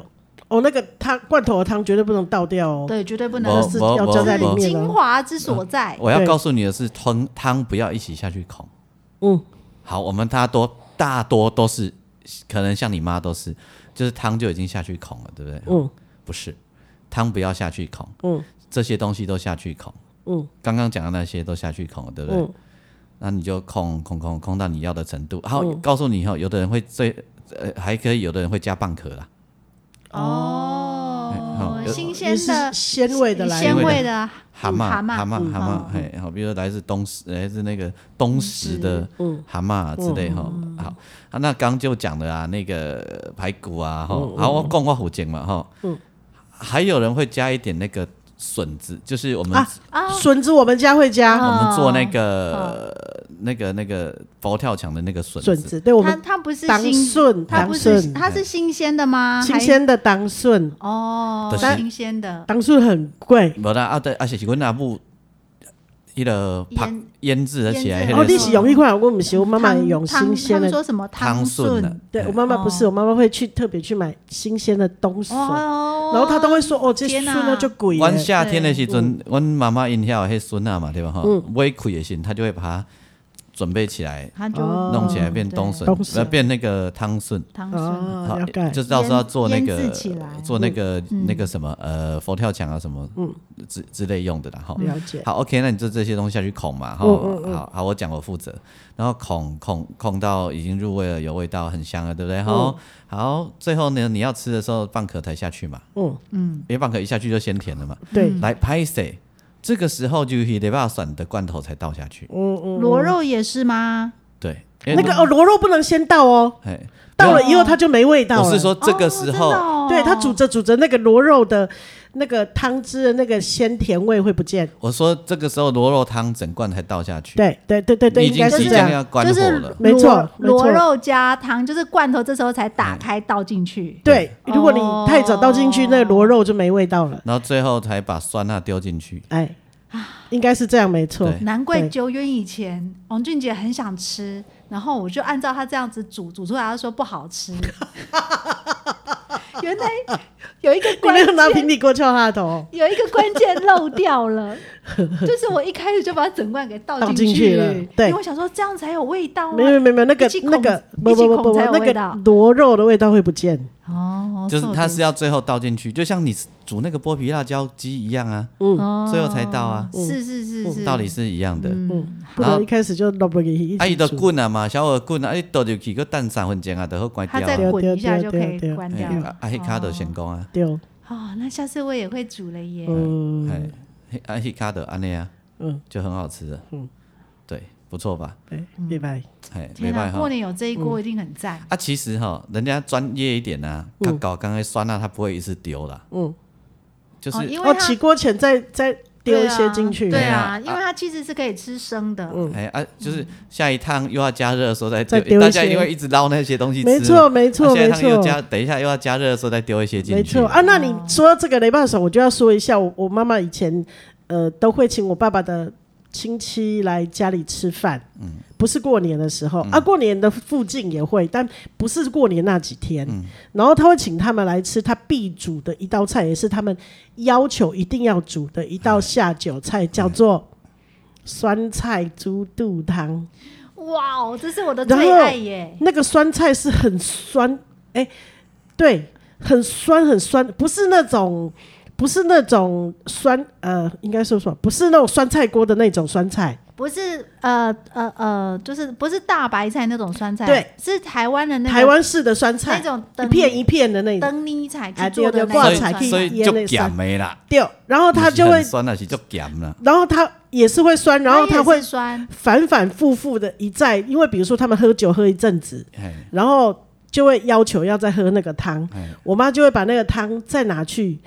哦，那个汤罐头的汤绝对不能倒掉哦，
对，绝对不
那
能
个
我
是
我
要
我
加在里
我
面
精
哦。
华之所在。
我要
对
告诉你的是，汤汤不要一起下去孔。
嗯，
好，我们大多大多都是，可能像你妈都是，就是汤就已经下去孔了，对不对？
嗯，
不是，汤不要下去孔，
嗯，
这些东西都下去孔，
嗯，
刚刚讲的那些都下去孔了，对不对？
嗯
那你就控控控控到你要的程度。
嗯
然后告诉你哈，有的人会最呃还可以，有的人会加蚌壳啦，
哦
哎，好
新
嗯哦
鲜
也是
的
鲜味的来源，
鲜
味
味的
蛤
嗯
蟆
蛤蟆
蛤蟆
嗯
蛤蟆，嘿，好，比如说来自东石，来自那个东石的蛤蟆之类哈。好，啊那刚就讲的啊，那个排骨啊哈，好，我讲我福建嘛哈，还有人会加一点那个笋子，就是我们
啊
啊，嗯
笋子我们家会
我
加
们做那个那个那个佛跳墙的那个笋
笋
子，
子，对我
它
们
它不是
当
新，
笋，
它
当
不是
笋，
它是新鲜的吗？
新
还
鲜的当笋，
哦
但，是
新鲜的
当笋很贵。
无啦啊对，而且是阮阿母迄个拍
腌
腌制了起来，
腌制
哦，
迄
那
你
个
是用一块，我们是我妈妈
汤
用
汤
新鲜
他
的，
们说什么
汤
笋
笋啊？
对我妈妈不是，
哦
我妈妈会去特别去买新鲜的冬笋，然
哦，
后她都会说哦，这笋
天哪
呢就贵了
阮，夏天的时
嗯
阵，阮妈妈因遐有迄笋啊嘛，对吧？吼，尾开的时候，她就会把它准备起来，
它就
哦
弄起来变冬笋
对冬，笋
呃，变那个汤笋。
汤笋，
哦，了解，
就是到时候要做那
腌
个
制起来嗯
做那个那个什么呃佛跳墙啊什么之之类用的啦
嗯
哈。
了解，
好，OK，那你就这些东西下去孔嘛，
嗯
哈、好好，我讲我负责，然后孔孔孔到已经入味了，有味道，很香了，对不对？好、
嗯
好，最后呢，你要吃的时候，蚌壳才下去嘛，
嗯
因为蚌壳一下去就先甜了嘛。
对，
来拍谁？这个时候就是雷霸蒜的罐头才倒下去，
嗯嗯，
螺肉也是吗？
对，因
那
为
个哦螺肉不能先倒哦，
哎，
倒了以后它就没味道了。
我是说这个时候，
哦
对，它煮着煮着，那个螺肉的那个汤汁的那个鲜甜味会不见。
我说这个时候螺肉汤整罐才倒下去，
对对对对对，
你已
应
经
该是
即
这
将
样。
要关
就
火
是
了。
没错
螺
没错
螺肉加汤，就是罐头这时候才打开倒进去。
对，
对
如果你太早倒进去，
哦
那个螺肉就没味道了。
然后最后才把酸辣丢进去，
哎，
啊
应该是这样，没错
对。
难怪
对
久远以前王俊杰很想吃，然后我就按照他这样子煮，煮出来他说不好吃。原来有一个
你
关
没有拿
键，
平底锅敲他的头，
有一个关键漏掉了，就是我一开始就把整罐给倒
倒
进
进去了对
因为我想说这样才有味道啊。
没有没有没有，那个
一起
那
孔
个
一
不不
起
不不
孔
不，
才有
那
味道嗯
个螺肉的味道会不见。
哦，
就是它是
要
要最后倒进去，就像你煮那个剥皮辣椒鸡一样啊，最后才倒啊
是是是是，
道理是一样的。
嗯，不
然后
然一开始就萝卜给一
啊，伊
起
就
煮。
滚啊嘛，小火滚啊，你倒入去个等三分钟啊，就好关
它
掉
再
啊。
滚一下就可
对对
以
对
关
嘿
掉了。
啊，啊迄卡就成功啊，
对，
哦，那下次我也会煮了耶。
嗯，
哎，嘿啊，迄卡就安尼啊，
嗯，
就很好吃的，嗯，对，不错吧？
对，拜拜。
哎，没
天
办
哪，
法
过。年有这一
嗯
锅一定很赞。
啊，其实哈，人家专业一点啊，他搞刚才酸辣，啊他不会一次丢啦，
嗯，
就是
哦因为
哦，
它
起锅前再再丢一些进去。
对
哎呀
啊，
啊
因为它其实是可以吃生的。
哎啊，就是下一趟又要加热的时候再
嗯再丢
丢，
一
大家
些
因为一直捞那些东西吃嘛，
没错，没
啊
错，
下
没
一趟又加，
错，
等一下又要加热的时候再丢一些进
没
去，
错啊！那你说到这个雷霸手，我就要说一下，我我妈妈以前呃都会请我爸爸的亲戚来家里吃饭，
嗯
不是过年的时候、啊，过年的附近也会，但不是过年那几天，
嗯
然后他会请他们来吃他必煮的一道菜，也是他们要求一定要煮的一
嗯
道下酒菜，叫做酸菜猪肚汤。
哇哦，这是我的
嗯然后
最爱耶！
那个酸菜是很酸，哎、对，很酸很酸，不是那种不是那种酸，呃，应该说什么？不是那种酸菜锅的那种酸菜，
不是呃呃呃，就是不是大白菜那种酸菜，啊
对，
是台湾的那个
台湾式的酸
那
菜，
种
一
灯
片一片的那种。
灯泥菜去
啊
做的
对
那
对
种
所
挂彩
酸
以
菜
去
所以
腌
就
那
咸
酸
的啦，
对，然后它就会
不是很，酸那啊是就咸啦，
然后它也是会酸，然后
它也
它会
是酸，
反反复复的一再，因为比如说他们喝酒喝一阵子，
嘿
然后就会要求要再喝那个汤，
哎
我妈就会把那个汤再拿去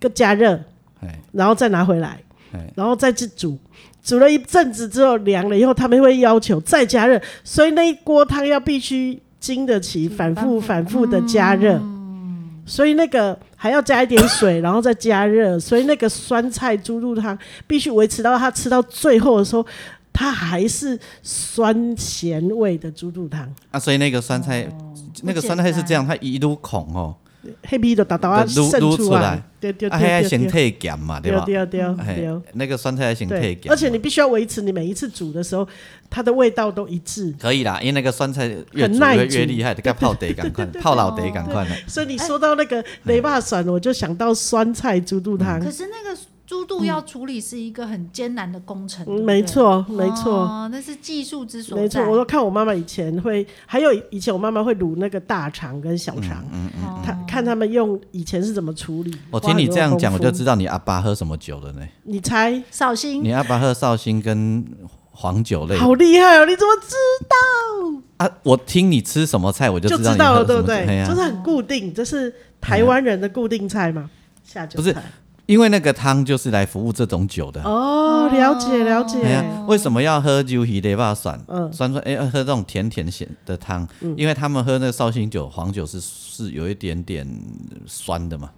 个加热，
哎
然后再拿回来
哎，
然后再去煮。煮了一阵子之后凉了以后，他们会要求再加热，所以那一锅汤要必须经得起反复反复嗯的加热。所以那个还要加一点水，然后再加热。所以那个酸菜猪肚汤必须维持到它吃到最后的时候，它还是酸咸味的猪肚汤。
啊，所以那个酸菜，那个酸菜是这样，它一路孔哦，
黑皮的打到啊
就撸
渗
撸出
来
来，
对对
啊，还
对
先
对
退咸嘛，对吧？哎
对啊对
嘿
对，
那个酸菜还先退
对，
咸嘛，
而且你必须要维持你每一次煮的时候，它的味道都一致。
可以啦，因为那个酸菜越
很
煮
耐
越
煮
越厉害，就该泡得 赶快，泡老得赶快了。
所以
哎
你说到那
哎
个雷霸蒜，我就想到酸菜猪肚汤
可，是那个猪肚要处理是一个很艰难的工程，对不
嗯
对
没，错没错。
哦，那是技术之所在。
没错，我都看我妈妈以前会，还有以前我妈妈会卤那个大肠跟小肠，
嗯
哦
她看他们用以前是怎么处理。
我哦听你这样讲，
花
我
很多
就
功夫
知道你阿爸喝什么酒了呢？
你猜，
绍兴
你阿爸喝绍兴跟黄酒类
好厉害哦！你怎么知
啊！我听你吃什么菜，我就
就
知道
知
你
道
喝
了，
什
对
么
不对
酒。嘿？啊
就是很固定，这是台湾人的固定菜嘛，下酒
不是
菜
因为那个汤就是来服务这种酒的。
哦，了解了
哎呀
解，，
为什么要喝酒鱼雷霸酸？
嗯
酸酸哎，要喝这种甜甜咸的汤，因为他们喝那个绍兴酒、黄酒是是有一点点酸的嘛，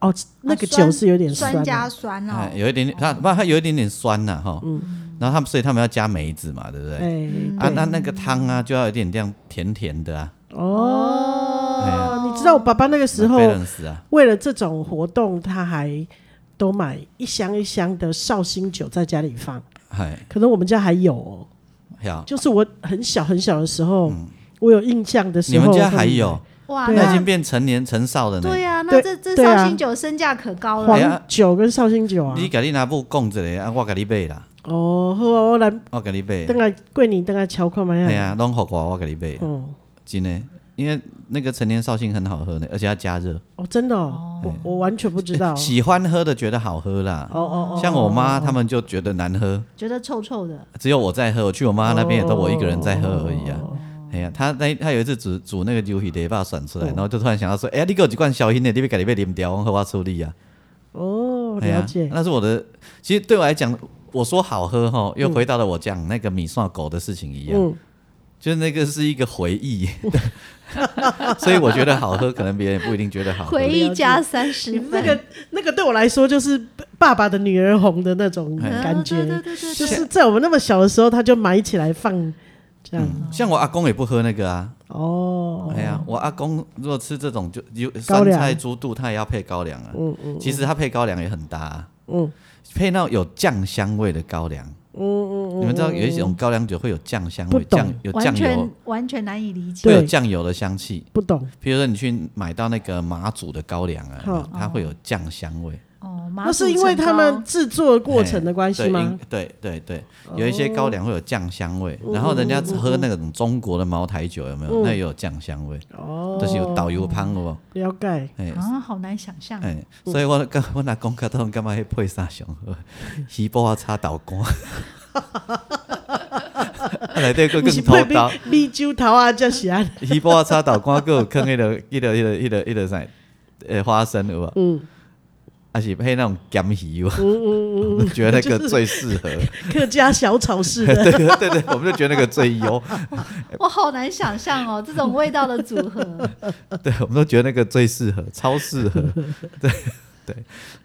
哦，那个酒是有点酸
啊酸
的
加酸哦
哎，，有一点点，它不它有一点点酸呐哈。
嗯
然后他们所以他们要加梅子嘛，对不对？
哎，
啊，那那个汤啊，就要有点这样甜甜的啊哎
哦，你知道我爸爸那个时候
balance 啊，
为了这种活动，他还都买一箱一箱的绍兴酒在家里放，
哎，
可能我们家还有哦。
好，
就是我很小很小的时候，我有印象的时
嗯你
候，
们家还有？哎
哇，
对啊
那已
那
经变成年成少了呢。
对呀，那
对
这这
对啊
绍兴酒身价可高了
哎。呀
黄酒跟绍兴酒啊。
你给你拿布供着嘞，啊，我给你买啦，
哦，好啊，我来
我给你买
等。下桂林等下瞧看嘛
哎
呀。
呀，拢好我，我给你买，
嗯，
真的。因为那个陈年绍兴很好喝呢，而且要加热。
哦，真的哦，
哎
我我完全不知道。
喜欢喝的觉得好喝啦，
啊哦哦哦，
像我妈他们就觉得难喝，
觉得臭臭的，
只有我在喝。我去我妈那边也都我一个人在喝而已啊。
哦
哎呀，她那她有一次煮煮那个牛皮的，把它甩
哦
出来，然后就突然想到说，哎、呀，你给我几罐小心的，你别给你被淋掉，我喝我处理啊。
哦，
哎呀
了解。
那是我的，其实对我来讲，我说好喝哈，又回到了我讲那个米蒜狗的事情一样，
嗯
就是那个是一个回忆， 所以我觉得好喝，可能别人也不一定觉得好喝。
回忆加三十
你
分，
那个那个对我来说就是爸爸的女儿红的那种
哎
感
嗯对对
觉，
对对对，
就是在我们那么小的时候，他就买起来放，这样
像我阿公也不喝那个啊，
哦，
哎呀，我阿公如果吃这种就有
高
酸
粱
菜猪肚，他也要配高粱啊。
嗯嗯
其实它配高粱也很搭、啊，
嗯
配到有酱香味的高粱。
嗯嗯，
你们知道有一种高粱酒会有酱香
不
味，
懂
酱有
完
酱油
全，完全难以理解。
会有
对
酱油的香气。
不懂，
比如说你去买到那个马祖的高粱啊，有没有
哦
它会有酱香味。
哦，麻
那是
薯
因为
层
他们
糕
制作过程的关系
对因
吗？
对对对，有一些高粱会有酱香味，
哦
然后人家喝那种中国的茅台酒有没有？那也有酱香味，
嗯哦，
就是有导游汤哦。
了解，
哎
啊，好难想象。
嗯
哎，所以我跟我阿公讲，干嘛去配啥上喝？ 鱼脯啊炒豆干， 内底佫
不是
更偷
配
刀，
米米酒头啊，这是安，
鱼脯啊炒豆干，佫有放迄个、迄个、迄个、迄个、迄个啥？呃，花生有无？
嗯
还是配那种咸鱼有无？
嗯嗯嗯
我
嗯，
觉得那
就
个
是
最适合，
客家小炒式 的，
对对对，我们就觉得那个最优，
我好难想象 哦，这种味道的组合。
对，我们都觉得那个最适合，超适合，对对，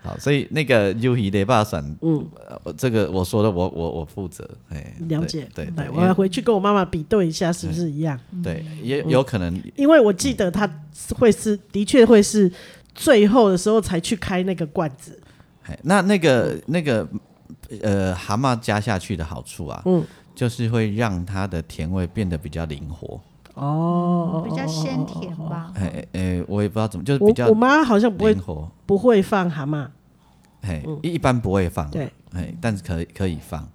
好，所以那个 U 鱼雷霸伞，
嗯，
呃我这个我说的我我我负责，哎，
了解，
对对，
来
对
我要回去跟我妈妈比对一下是不是一样，
对，也有可能，
因为我记得她会是，的确会是最后的时候才去开那个罐子，
哎那那个那个呃，蛤蟆加下去的好处啊，
嗯，
就是会让它的甜味变得比较灵活，
哦
比较鲜甜吧。
哎哎哎，我也不知道怎么，就是
我
比较
我妈好像不会
灵活，
不会放蛤蟆，
哎，一一般不会放，
对，嗯
哎，但是可以可以放，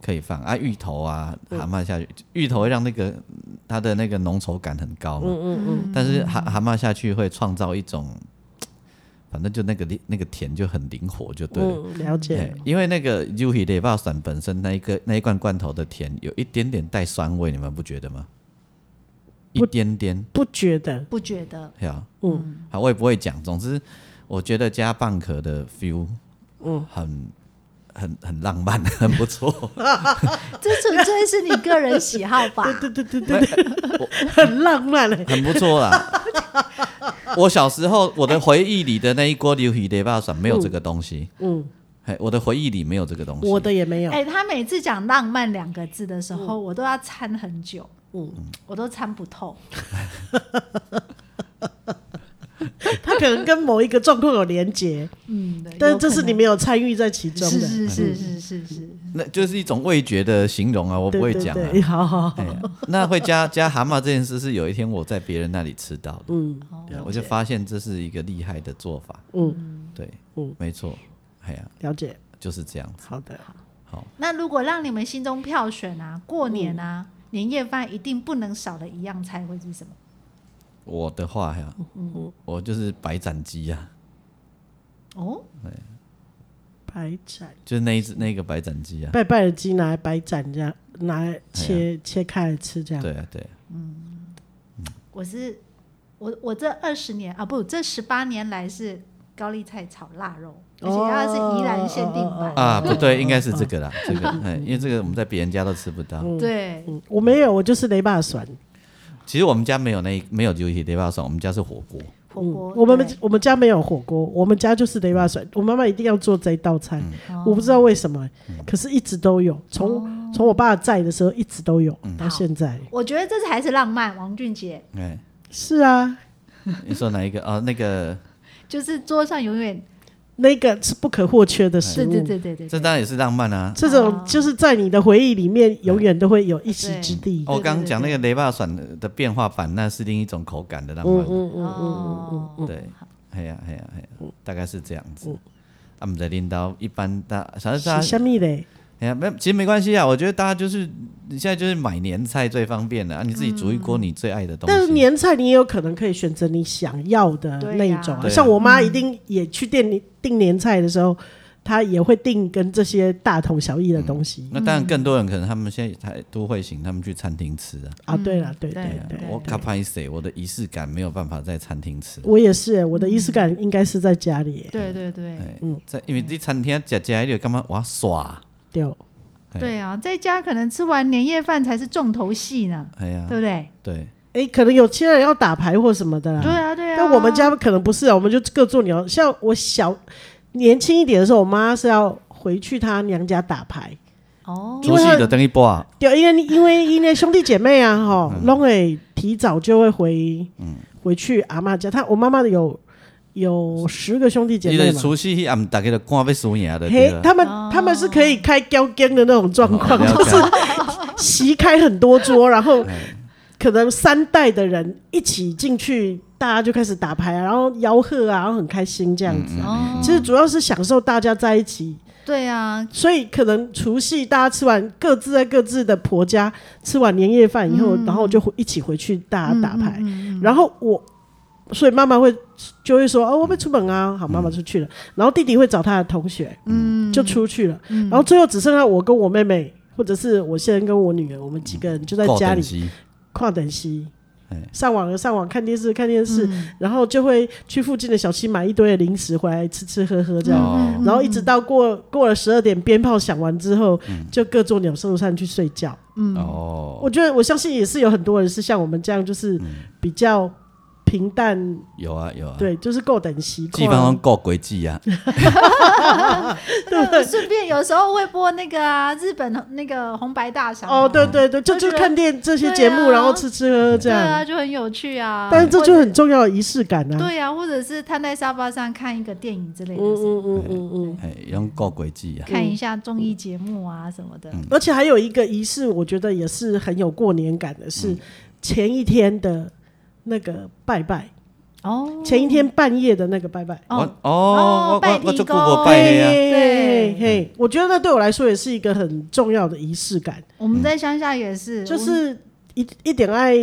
可以放啊，芋头啊，蛤蟆下去，芋头会让那个嗯它的那个浓稠感很高嘛，
嗯嗯
但是蛤蛤蟆下去会创造一种，反正就那个那个甜就很灵活，就对了。
嗯，了
哎
解，
因为那个 u h i 雷霸伞本身那一个那一罐罐头的甜有一点点带酸味，你们不觉得吗？一
不
点点，
不觉得，
不觉得
对啊，
嗯，
好，我也不会讲。总之，我觉得加蚌壳的 feel，嗯，很很很浪漫， 很不错。
这纯粹是你个人喜好吧？
对对对对对，很浪漫嘞，
很不错啦。我小时候，我的回忆里的那一锅流鱼雷霸爽没有这个东西，
嗯，
嘿，我的回忆里没有这个东西。
我的也没有，
哎、他每次讲“浪漫”两个字的时候，
嗯
我都要参很久，嗯，我都参不透。
他可能跟某一个状况有连结，
嗯，
但是
有可
这是
能
你没有参与在其中
是
的，
是是是是是，
那就是一种味觉的形容啊，我不
对
会
对
讲啊。
对，好好好，
哎，那会加加蛤蟆这件事是有一天我在别人那里吃到的，
嗯
哦
对我就发现这是一个厉害的做法。
嗯，
对，
嗯
没错，哎呀，
了解，
就是这样。
好的，
好，
那如果让你们心中票选啊，
嗯
过年啊，年夜饭一定不能少的一样菜会是什么？
我的话呀，
嗯
我就是白斩鸡呀、
哦，
白斩，
就是那一只那个白斩鸡呀、
拜拜的鸡拿来白斩这样，拿来切切开来吃这样，
哎对啊，对啊，
我是我我这二十年啊，不，这十八年来是高丽菜炒腊肉，而且它是宜兰限定版。
哦
啊，不对，应该是这个啦，这个，哎，因为这个我们在别人家都吃不到。
对，
嗯，我没有，我就是雷霸蒜，
其实我们家没有那一没有尤其雷霸爽，我们家是火锅。
火
嗯
锅。
我们
对
我们家没有火锅，我们家就是雷霸
嗯
蒜。我妈妈一定要做这一道菜，
哦
我不知道为什么、
嗯
可是一直都有，从从、我爸在的时候一直都有，
嗯
到现在
我觉得这才是浪漫。王俊杰
哎，
是啊，
你说哪一个？哦，那个，
就是桌上永远
那个是不可或缺的食
对
物。
对哦对对对
这
对，
当然也哎是浪漫啊。
这种就是在你的回忆里面，永远都会有一席之地。
哦我刚刚讲那个雷霸爽的变化版，那是另一种口感的浪漫。
嗯嗯嗯
哦，
对，哎呀，哎呀，哎呀，大概是这样子。啊，们在领导一般大，反正大
是虾米嘞？
哎呀，没有，其实没关系啊。我觉得大家就是你现在就是买年菜最方便了啊，你自己煮一锅你最爱的东
嗯但是
西。
年菜你也有可能可以选择你想要的那一种、啊
对呀
对呀
像我妈一定也去店里订年菜的时候，她也会订跟这些大同小异的东西、
那当然，更多人可能他们现在才都会请他们去餐厅吃啊。
啊。对了，对对
嗯对
对，
我卡拍谁？我的仪式感没有办法在餐厅吃。
我也是、我
嗯
的仪式感应该是在家里、
对对对
哎，在因为你餐厅啊吃吃你就干嘛哇耍？
对，
哎
对啊，在家可能吃完年夜饭才是重头戏呢，
哎呀，
对不对？
对，
哎，可能有些人要打牌或什么的啦。
对啊对啊。
但我们家可能不是啊，我们就各做鸟。像我小年轻一点的时候，我妈是要回去她娘家打牌，
哦，
因
除
为
夕
他
就等于播啊，
对，因为因为因为兄弟姐妹啊，吼，
嗯
拢会提早就会回，回去阿嬷家。他我妈妈有有十个兄弟姐
伊
妹
就
嘛，
除夕迄暗，大家就赶要输赢的对
嘿
了，。
他们
哦
他们是可以开高跟的那种状况，
啊哦了
就
解
是
嗯
席开很多桌，然后可能三代的人一起进去，大家就开始打牌啊，然后吆喝啊，然后很开心这样子。啊
哦，
其实主要是享受大家在一起，
对啊，
所以可能除夕大家吃完各自在各自的婆家吃完年夜饭以后，然后就回一起回去大家打牌。
嗯
然后我，所以妈妈会就会说：“哦，我被出门啊，好，妈妈出去了。然后弟弟会找他的同学，嗯，就出去了。然后最后只剩下我跟我妹妹，或者是我现在跟我女儿，我们几个人就在
顾
家
电
里
视
跨等息
哎。
上网了，上网看电视，看电视，然后就会去附近的小区买一堆的零食回来吃吃喝喝这样。
嗯
哦，
然后一直到过过了十二点，鞭炮响完之后，就各做鸟兽散去睡觉。
哦，
我觉得我相信也是有很多人是像我们这样，就是比较平淡，
有啊有啊，
对，就是够等习
基本上
惯。
顾轨迹啊，
顺便有时候会播那个啊，日本的那个红白大赏
哦，
啊，
对对对，就
我
就
觉得
看电这些节目，
对啊
然后吃吃喝喝这
对啊，
样。
就很有趣啊。
但是这就
或者
很重要的仪式感啊。
对啊，或者是瘫在沙发上看一个电影之类
嗯
的事情，
嗯嗯嗯嗯。
哎，用顾轨迹啊，
看一下综艺节目啊什么的。
而且还有一个仪式，我觉得也是很有过年感的，是前一天的那个拜拜，
哦，
前一天半夜的那个拜拜。
我
哦，
哦，我
拜
我
地
我就顾
公哎
无拜的啊，
嘿
对
嘿，我觉得那对我来说也是一个很重要的仪式感，
我们在乡下也是，
就
我
嗯
们
是一一点爱，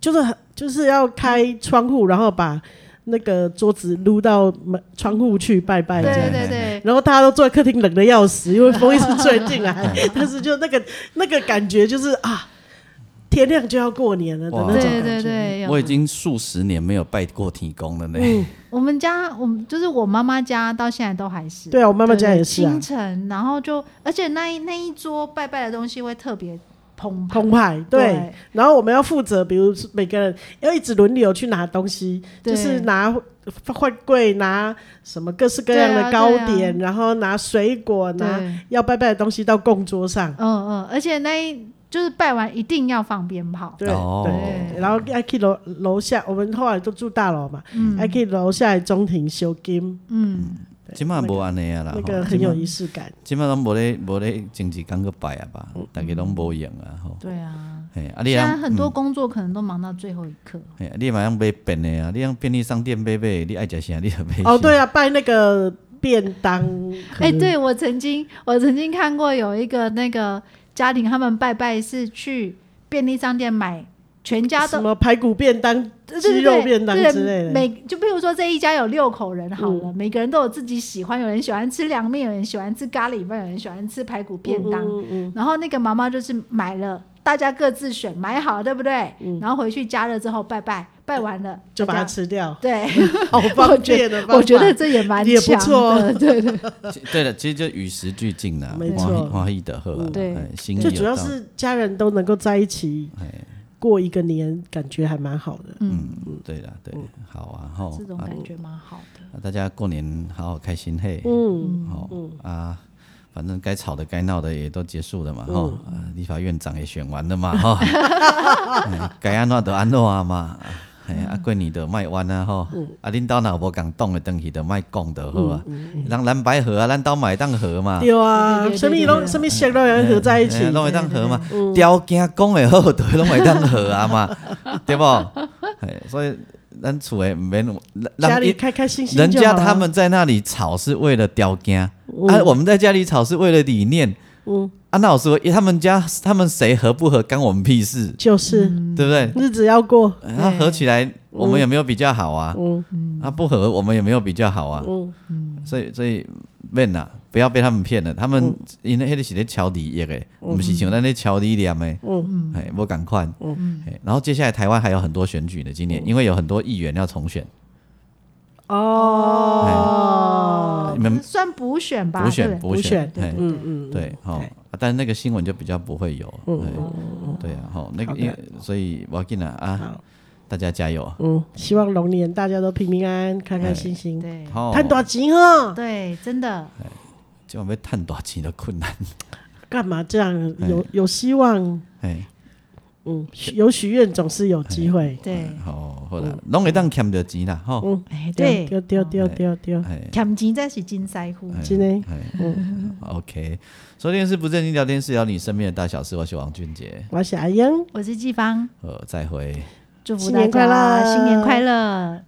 就是很就是要开窗户，然后把那个桌子撸到门窗户去拜拜这
对对
样。
对对，
然后大家都坐在客厅，冷的要死，因为风一直吹进 来。但是就那个那个感觉，就是啊，天亮就要过年了的
哇
那种感觉。
对对对，有
哦我已经数十年没有拜过天公了呢。
嗯
我们家，我们就是我妈妈家，到现在都还是。
对啊，我妈妈家
对
也是啊
清，晨，然后就，而且那一那一桌拜拜的东西会特别澎湃。啊
澎湃对。然后我们要负责，比如说每个人要一直轮流去拿东西，
对
就是拿换柜、拿什么各式各样的糕
对啊
点，然后拿水果、
对，
拿
嗯
要拜拜的东西到供桌上。
嗯，而且那一就是拜完一定要放鞭炮。
对、
哦
对，然后还去楼楼下，我们后来都住大楼嘛，
嗯
还可以楼下的中庭修金，
即摆无安尼啊啦，
那个
吼
很有仪式感。
即摆拢无咧无咧政治讲个拜啊吧，
嗯
逐个拢无用啊吼。
对啊，
嘿，啊你
虽然
啊，
很多工作可能都忙到最后一刻。
嘿，啊你嘛通买便的啊，你通便利商店买买，你爱食啥你就买。
哦，对，啊，拜那个便当盒。
哎、对我曾经我曾经看过有一个那个家庭，他们拜拜是去便利商店买全家
什
都
么排骨便当、
对
鸡
对
肉
对
便当
对
之类的。嗯
每就比如说这一家有六口人好了，每个人都有自己喜欢，有人喜欢吃凉面，有人喜欢吃咖喱饭，有人喜欢吃排骨便当。
嗯嗯嗯
然后那个妈妈就是买了，大家各自选，买好了对不对？然后回去加热之后拜拜，拜完了
嗯就把
大
它
家
吃 掉。
对，
好方便的方法
我觉得这也蛮
也不
强
错哦
的，对对
对了，其实就与时俱进啦，
没
欢
错
喜欢喜的好啊
嗯，对
嘿心意
最
有哎
主要
到
是家人都能够在一起
嘿
过一个年，感觉还蛮好的。
嗯，对啦，对，好啊吼，
这种
啊
感觉蛮好的。
啊大家过年好好开心嘿，
嗯，
好啊。反正该吵的、该闹的也都结束了嘛，
嗯
吼、啊，立法院长也选完了 嘛，吼，哎该安怎就安怎啊嘛，哎
嗯
啊，过年就卖弯啊，吼，啊，恁兜若无共动的东西就卖讲就好啊，人蓝白河啊，咱兜买当河嘛，
嗯对啊，
对对对
什么
对
都
对
什么线都要合在一起嗯
哎。拢会当合嘛，条件讲的好，就拢会当合啊嘛，对不？哎所以咱厝的毋免，咱
家
咱
里
一
开开心心就好
人
了，
家他们在那里吵是为了雕家，啊，我们在家里吵是为了理念。嗯，啊，那我说他们家他们谁合不合干我们屁事，
就是
嗯
对不对？
日子要过，
那、合起来，我们有没有比较好啊？嗯，啊，不合我们有没有比较好啊？
嗯
所以所以问呐、不要被他们骗了，他们因为迄个是咧敲利益的，我们是像咱咧敲理念的，嗯，哎，我赶快，嗯，然后接下来台湾还有很多选举呢，今年因为有很多议员要重选，
哦，
哦
哎你们
算补选吧，
补
对
选
不对
补
补选
选，哎，
嗯嗯，
对，好、啊但那个新闻就比较不会有，嗯，对啊，好、那个因为所以我进来啊，大家加油，
嗯，希望龙年大家都平平安安、开开心心，
哎
对
好、
赚大钱哈。
对，真的
就要要赚大钱的困难，
干嘛这样？有有希望，
哎，
嗯，许有许愿总是有机会。
对，
好，好啦，拢会当欠着钱啦，吼，
嗯，
哎对，
对，丢丢丢丢丢，
哦哎
欠钱才是金腮乎。
哎
真的，
哎
嗯，
，OK，收听的是不正经聊天室，聊你身边的大小事，我是王俊杰，
我是阿英。
我是季芳，
呃，再会。
祝福
新
大
年快
家
乐
新年快乐。